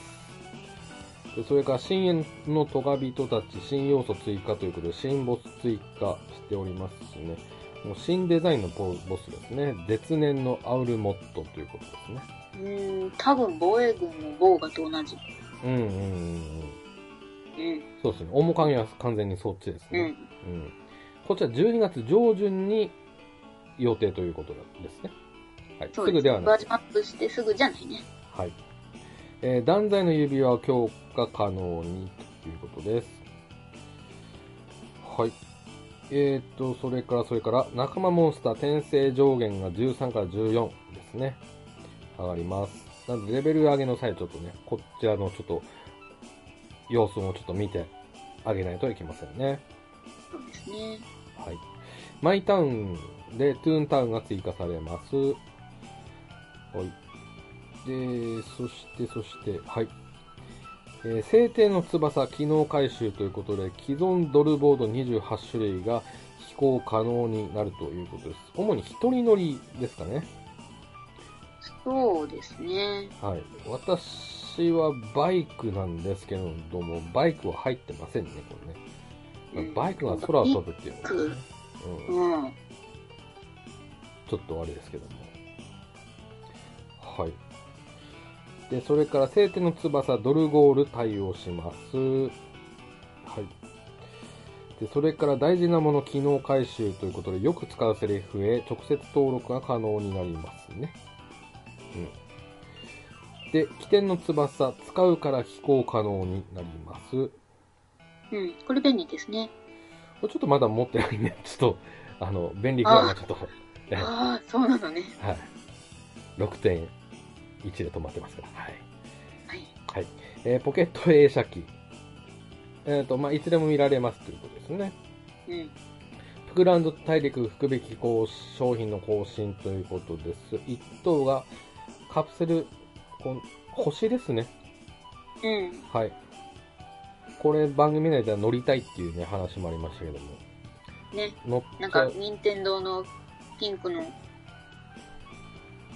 でそれから深淵のトガ人たち新要素追加ということで新ボス追加しておりますねもう新デザインのボボスですね絶念のアウルモットということですねうん、多分防衛軍の防がと同じ。うんうんうんうんうん。そうですね面影は完全にそっちですうね、ん。うんこちら12月上旬に予定ということですね、はい、そうすぐではないバージョンアップしてすぐじゃないね。はい。えー断罪の指輪を強化可能にということです。はい。えー、と、それから、それから、仲間モンスター転生上限が13から14ですね。上がります。なので、レベル上げの際、ちょっとね、こちらのちょっと、様子もちょっと見てあげないといけませんね。そうですね。はい。マイタウンでトゥーンタウンが追加されます。はい。で、そして、そして、はい。えー、聖帝の翼機能回収ということで、既存ドルボード28種類が飛行可能になるということです。主に一人乗りですかね。そうですね。はい。私はバイクなんですけれども、バイクは入ってませんね、これね。バイクが空を飛ぶっていうのはね、うん、うん。ちょっとあれですけども。はい。で、それから、聖帝の翼、ドルゴール対応します。はい。で、それから大事なもの、機能回収ということで、よく使うセリフへ直接登録が可能になりますね。うん。で、起点の翼、使うから飛行可能になります。うん。これ便利で すね。これちょっとまだ持ってないんで、ちょっと、あの、便利具合がちょっと、ええああ、そうなのね。はい。6.1で止まってますから。はい。はい。はい。えーポケット映写機。えっ、と、まあ、いつでも見られますということですね。うん。フクランド大陸福引きこう商品の更新ということです。1等がカプセル、こん星ですね。うん。はい。これ番組内では乗りたいっていうね、話もありましたけども。ね。乗なんっちゃかう、任天堂のピンクの、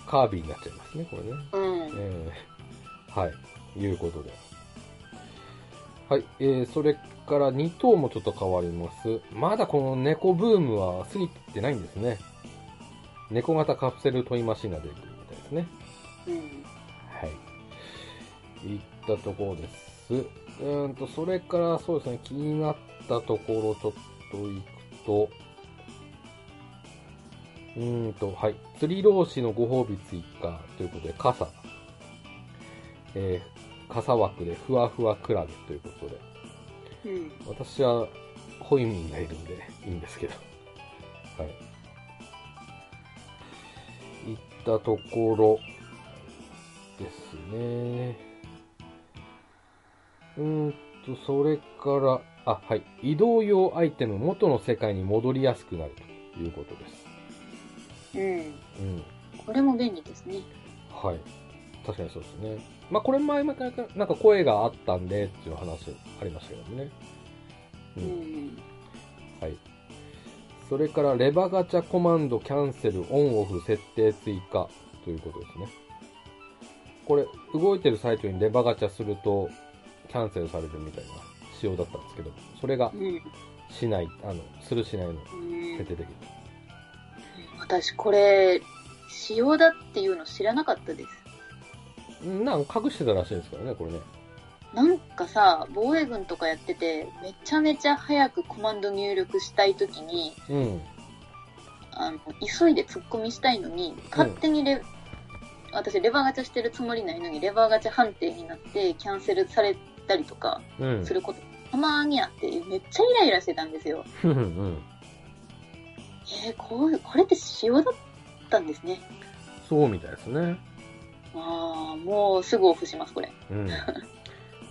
カービィになっちゃいますね、これね。うん。えーはい、いうことで。はい、えー、それから2頭もちょっと変わります。まだこの猫ブームは過ぎてないんですね。猫型カプセルトイマシンが出てくるみたいですね。うん。はい。いったところです。うーんと、それからそうですね、気になったところちょっと行くと、うーんと、はい。釣り老子のご褒美追加ということで、傘。えー傘枠でふわふわクラゲということで。うん。私は、ホイミンがいるんで、いいんですけど。はい。行ったところ、ですね。うーんと、それから、あ、はい。移動用アイテム、元の世界に戻りやすくなるということです。うん。うん。これも便利ですね。はい。確かにそうですね。まあ、これ前々から、なんか声があったんで、っていう話ありましたけどもね。ううんん。はい。それから、レバガチャコマンドキャンセルオンオフ設定追加ということですね。これ、動いてる最中にレバガチャすると、キャンセルされるみたいな仕様だったんですけど、それがうん。しない、あの、するしないのうん設定できる。私、これ、仕様だっていうの知らなかったです。なんか隠してたらしいですからね、これね。なんかさ、防衛軍とかやってて、めちゃめちゃ早くコマンド入力したいときに、うん。あの、急いで突っ込みしたいのに、勝手にレ、私レバーガチャしてるつもりないのに、レバーガチャ判定になって、キャンセルされたりとかうんす。ること、たまーにあって、めっちゃイライラしてたんですよ。うん。えー、こう、これって仕様だったんですね。そうみたいですね。ああ、もうすぐオフします、これ。 うん。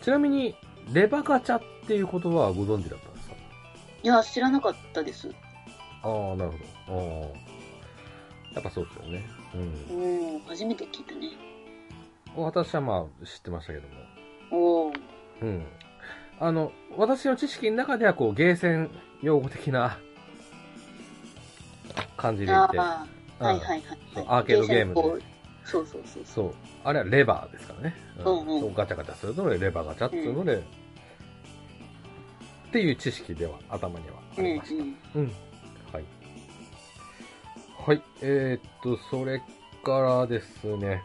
ちなみに、レバガチャっていう言葉はご存知だったんですかいや、知らなかったです。ああ、なるほど。ああ。やっぱそうですよね。うん。うん、初めて聞いたね。私はまあ知ってましたけども。おー。うん。あの、私の知識の中ではこう、ゲーセン用語的な 感じで言って。ああ、はいはいはいそう。アーケードゲームでゲセンポそうそうそうそそう。あれはレバーですからね。うんうんそうガチャガチャするので、レバーガチャっていうので、っていう知識では頭にはあう。うんうりました。ん。うん。はい。はい。えー、っと、それからですね。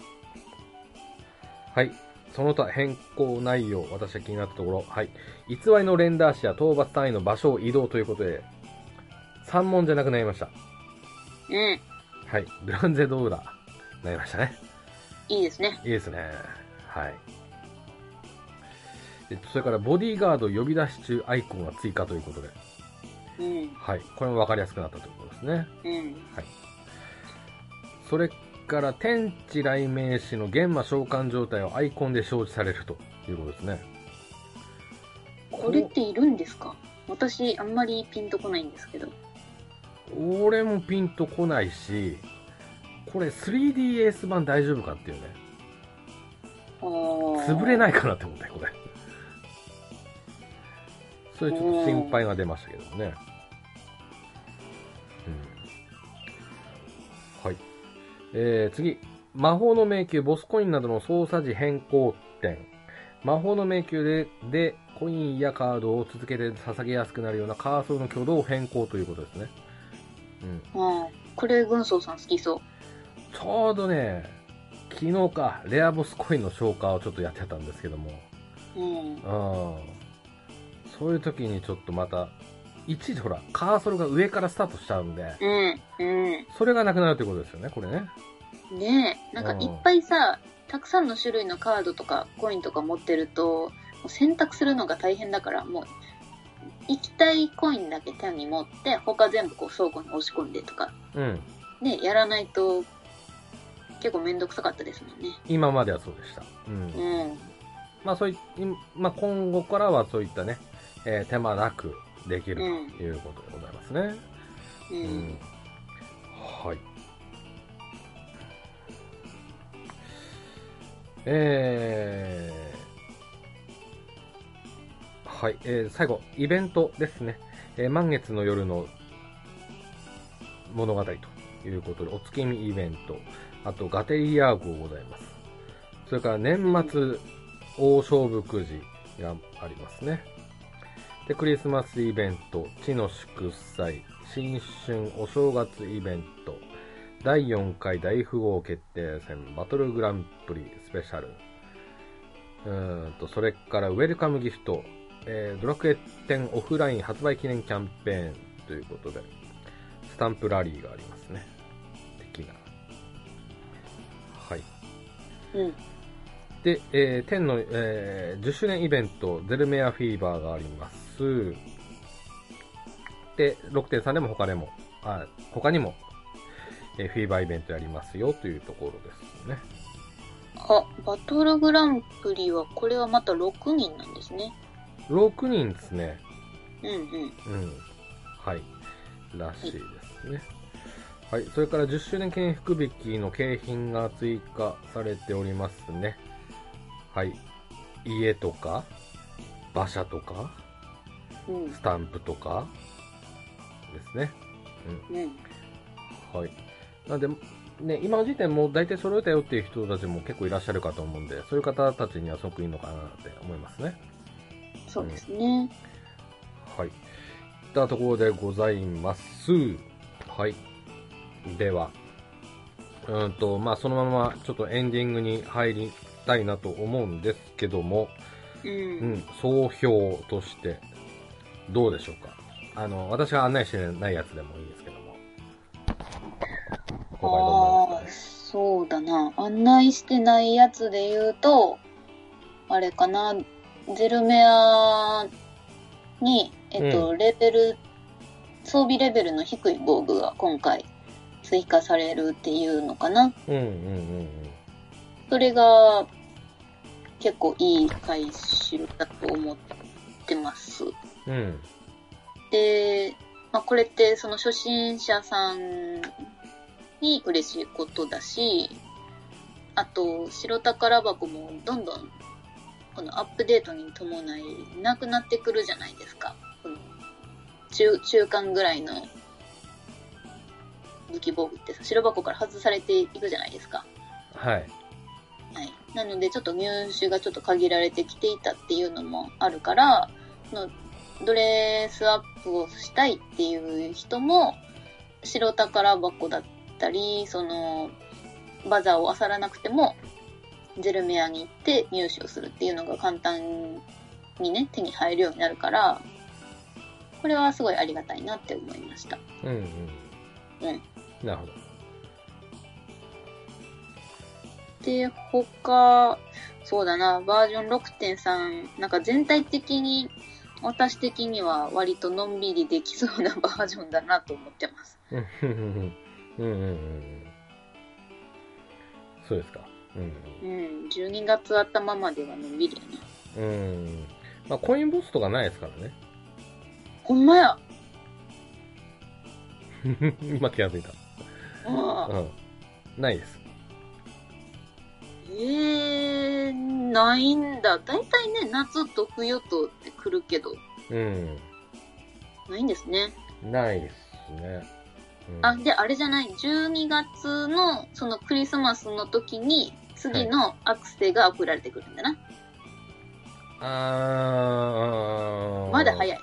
はい。その他変更内容、私が気になったところ。はい。偽りのレンダー視や討伐単位の場所を移動ということで、3問じゃなくなりました。うん。はい。グランゼドウラ、なりましたね。いいですね。いいですね。はい。えっとそれから、ボディーガード呼び出し中アイコンが追加ということで。うん。はい。これも分かりやすくなったということですね。うん。それから、天地雷鳴士の玄魔召喚状態をアイコンで表示されるということですね。これっているんですか私、あんまりピンとこないんですけど。。俺もピンとこないし、これ 3DS 版大丈夫かっていうね。潰れないいかなって思ったよ、これ。それちょっと心配が出ましたけどもね。うん。はい。えー、次。魔法の迷宮、ボスコインなどの操作時変更点。魔法の迷宮で、で、コインやカードを続けて捧げやすくなるようなカーソルの挙動を変更ということですね。うん。うん。これ、軍曹さん好きそう。ちょうどね、昨日か、レアボスコインの消化をちょっとやってたんですけども、うん。うん。そういう時にちょっとまた、一時ほら、カーソルが上からスタートしちゃうんで、うん。うそれがなくなるということですよね、これね。ん。ねえ。なんかいっぱいさ、たくさんの種類のカードとかコインとか持ってると、もう選択するのが大変だから、もう、行きたいコインだけ手に持って、他全部こう倉庫に押し込んでとか、うん。ね、やらないと、結構めんどくさかったですもんね。今まではそうでした。うん。うん。まあそうい今まあ、今後からはそういったね、えー手間なくできるうんということでございますね。ううんん。はい。えー、はい、えー最後、イベントですね。えー満月の夜の物語ということで、お月見イベント、あとガテリアー号ございます。それから年末大勝負くじがありますね。で、クリスマスイベント、地の祝祭、新春お正月イベント、第4回大富豪決定戦バトルグランプリスペシャル。うーんと、それからウェルカムギフト、えードラクエ10オフライン発売記念キャンペーンということで、スタンプラリーがありますね。的な。はい。うん。で、えー、天の、えー10周年イベント、ゼルメアフィーバーがあります。で、6.3でも他でも、あ他にも、えーフィーバーイベントやりますよというところですね。あ、バトルグランプリは、これはまた6人なんですね。 6人ですね。うんうん。うん。はい。らしいですね。はい。それから10周年記念福引きの景品が追加されておりますね。はい。家とか、馬車とか、うんスタンプとか、ですね。うん。はい。なんで、ね、今の時点もう大体揃えたよっていう人たちも結構いらっしゃるかと思うんで、そういう方たちにはすごくいいのかなって思いますね。そうですね。はい。ったところでございます。はい。では、うーんと、まあ、そのままちょっとエンディングに入りたいなと思うんですけども、う。うんん、総評として、どうでしょうか。あの、私が案内してないやつでもいいですけども。今回どうなあるんあ、ですそうだな。案内してないやつで言うと、あれかな、ゼルメアに、えっと、レベル、装備レベルの低い防具が今回追加されるっていうのかな。かね。うんうんうんうん。それが結構いい回収だと思ってます。うん。で、まあ、これってその初心者さんに嬉しいことだし、あと、白宝箱もどんどんこのアップデートに伴いなくなってくるじゃないですか。この中中間ぐらいの武器防具ってさ、白箱から外されていくじゃないですか。はい。はい、なのでちょっと入手がちょっと限られてきていたっていうのもあるからのドレスアップをしたいっていう人も白宝箱だったりそのバザーを漁らなくてもゼルメアに行って入手をするっていうのが簡単にね手に入るようになるからこれはすごいありがたいなって思いました。うんうん。うんなるほど。で、他、そうだな、バージョン6.3、なんか全体的に、私的には割とのんびりできそうな バージョンだなと思ってます。うんうんうんうんうんそうですか。ううん、12月頭まではのんびりやな。ん。うん。まあ、コインボスとかないですからね。ほんまや 今気がついた。ああうん。ないです。えー、ないんだ。だいたいね、夏と冬とって来るけど、うん。ないんですね。ないですね。うん、あ、で、あれじゃない、12月の、そのクリスマスの時に、次のアクセが送られてくるんだな。あーまだ早い。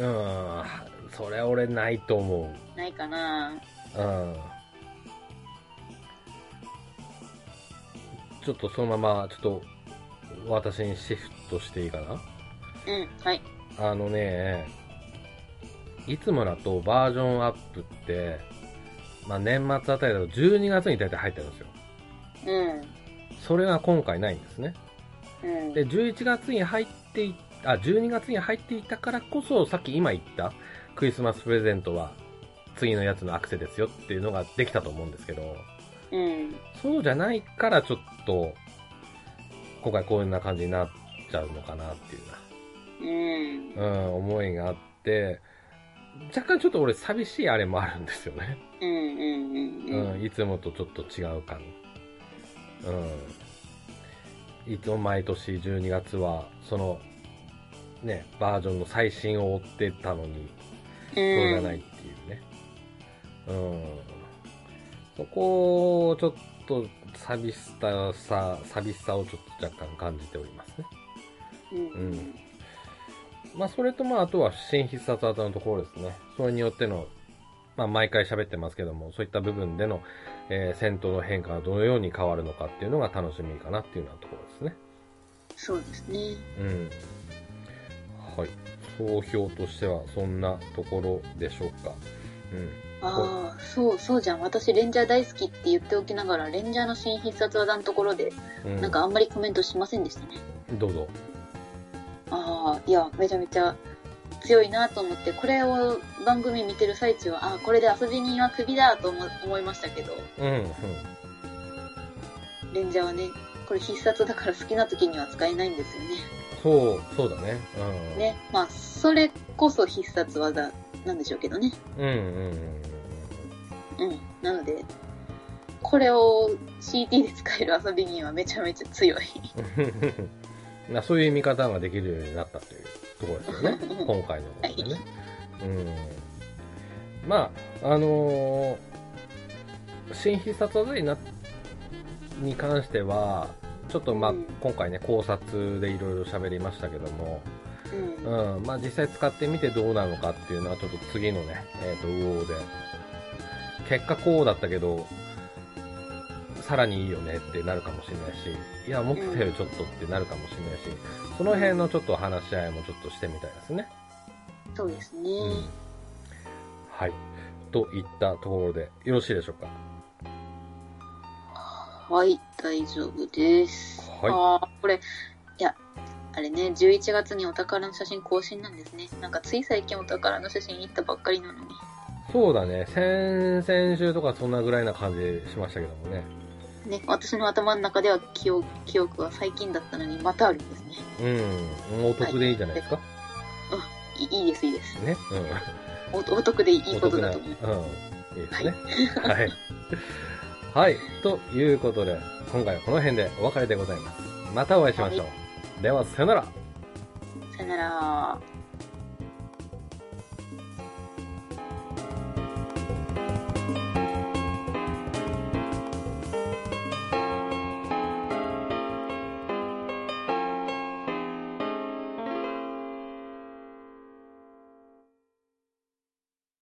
うん。それ俺ないと思ないかなう。うん。ちょっとそのまま、ちょっと、私にシフトしていいかなうん、はい。あのね、いつもだとバージョンアップって、まあ、年末あたりだと12月に大体入ってるんですよ。うん。それが今回ないんですね。うん。で、11月に入ってい、あ、12月に入っていたからこそ、さっき今言ったクリスマスプレゼントは次のやつのアクセですよっていうのができたと思うんですけど、うん。そうじゃないからちょっと、今回こんな感じになっちゃうのかなっていうな。うん。うん、思いがあって、若干ちょっと俺寂しいあれもあるんですよね。うん。うん。うん。う、うんん。いつもとちょっと違う感。うん。いつも毎年12月は、その、ね、バージョンの最新を追ってたのに、そうじゃないっていうね。うん。そこをちょっと寂しさ、さ寂しさをちょっと若干感じておりますね。うん。うんまあ、それとまあ、あとは新必殺技のところですね。それによっての、まあ、毎回喋ってますけども、そういった部分での、えー戦闘の変化がどのように変わるのかっていうのが楽しみかなっていうようなところですね。そうですね。うん。はい。総評としてはそんなところでしょうか。うん。ああ、そう、そうじゃん。私、レンジャー大好きって言っておきながら、レンジャーの新必殺技のところで、うなんかあんまりコメントしませんでしたね。どうぞ。ああ、いや、めちゃめちゃ強いなと思って、これを番組見てる最中は、ああ、これで遊び人はクビだと思思いましたけど、うん、うん。レンジャーはね、これ必殺だから好きな時には使えないんですよね。そう、そうだね。うん。ね。まあ、それこそ必殺技なんでしょうけどね。うん、うん、うん。うん。なので、これを CT で使える遊び人はめちゃめちゃ強い。、まあそう いう見方ができるようになったというところですよね 今回のことでね。うん、まあ、あのー新必殺技になに関しては、ちょっとまあ、うん今回ね、考察でいろいろ喋りましたけども、うん。うん、まあ実際使ってみてどうなのかっていうのは、ちょっと次のね、えっ、と、ウオで、結果こうだったけど、さらにいいよねってなるかもしれないし、いや、思ってたよりちょっとってなるかもしれないし、その辺のちょっと話し合いもちょっとしてみたいですね。そうですね。うん。はい。といったところで、よろしいでしょうか。はい、大丈夫です。はいあーこれ、いや、あれね、11月にお宝の写真更新なんですね。なんかつい最近お宝の写真行ったばっかりなのに。そうだね、先々週とかそんなぐらいな感じしましたけどもね。ね、私の頭の中では記憶記憶は最近だったのにまたあるんですね。うん、お得でいいじゃないですか。いいいです、いいです。ね。うん。おお得でいいおこと得だなと思う。うん。いいですね。 はい。はい。ということで、今回はこの辺でお別れでございます。またお会いしましょう。では、さよなら。さよなら。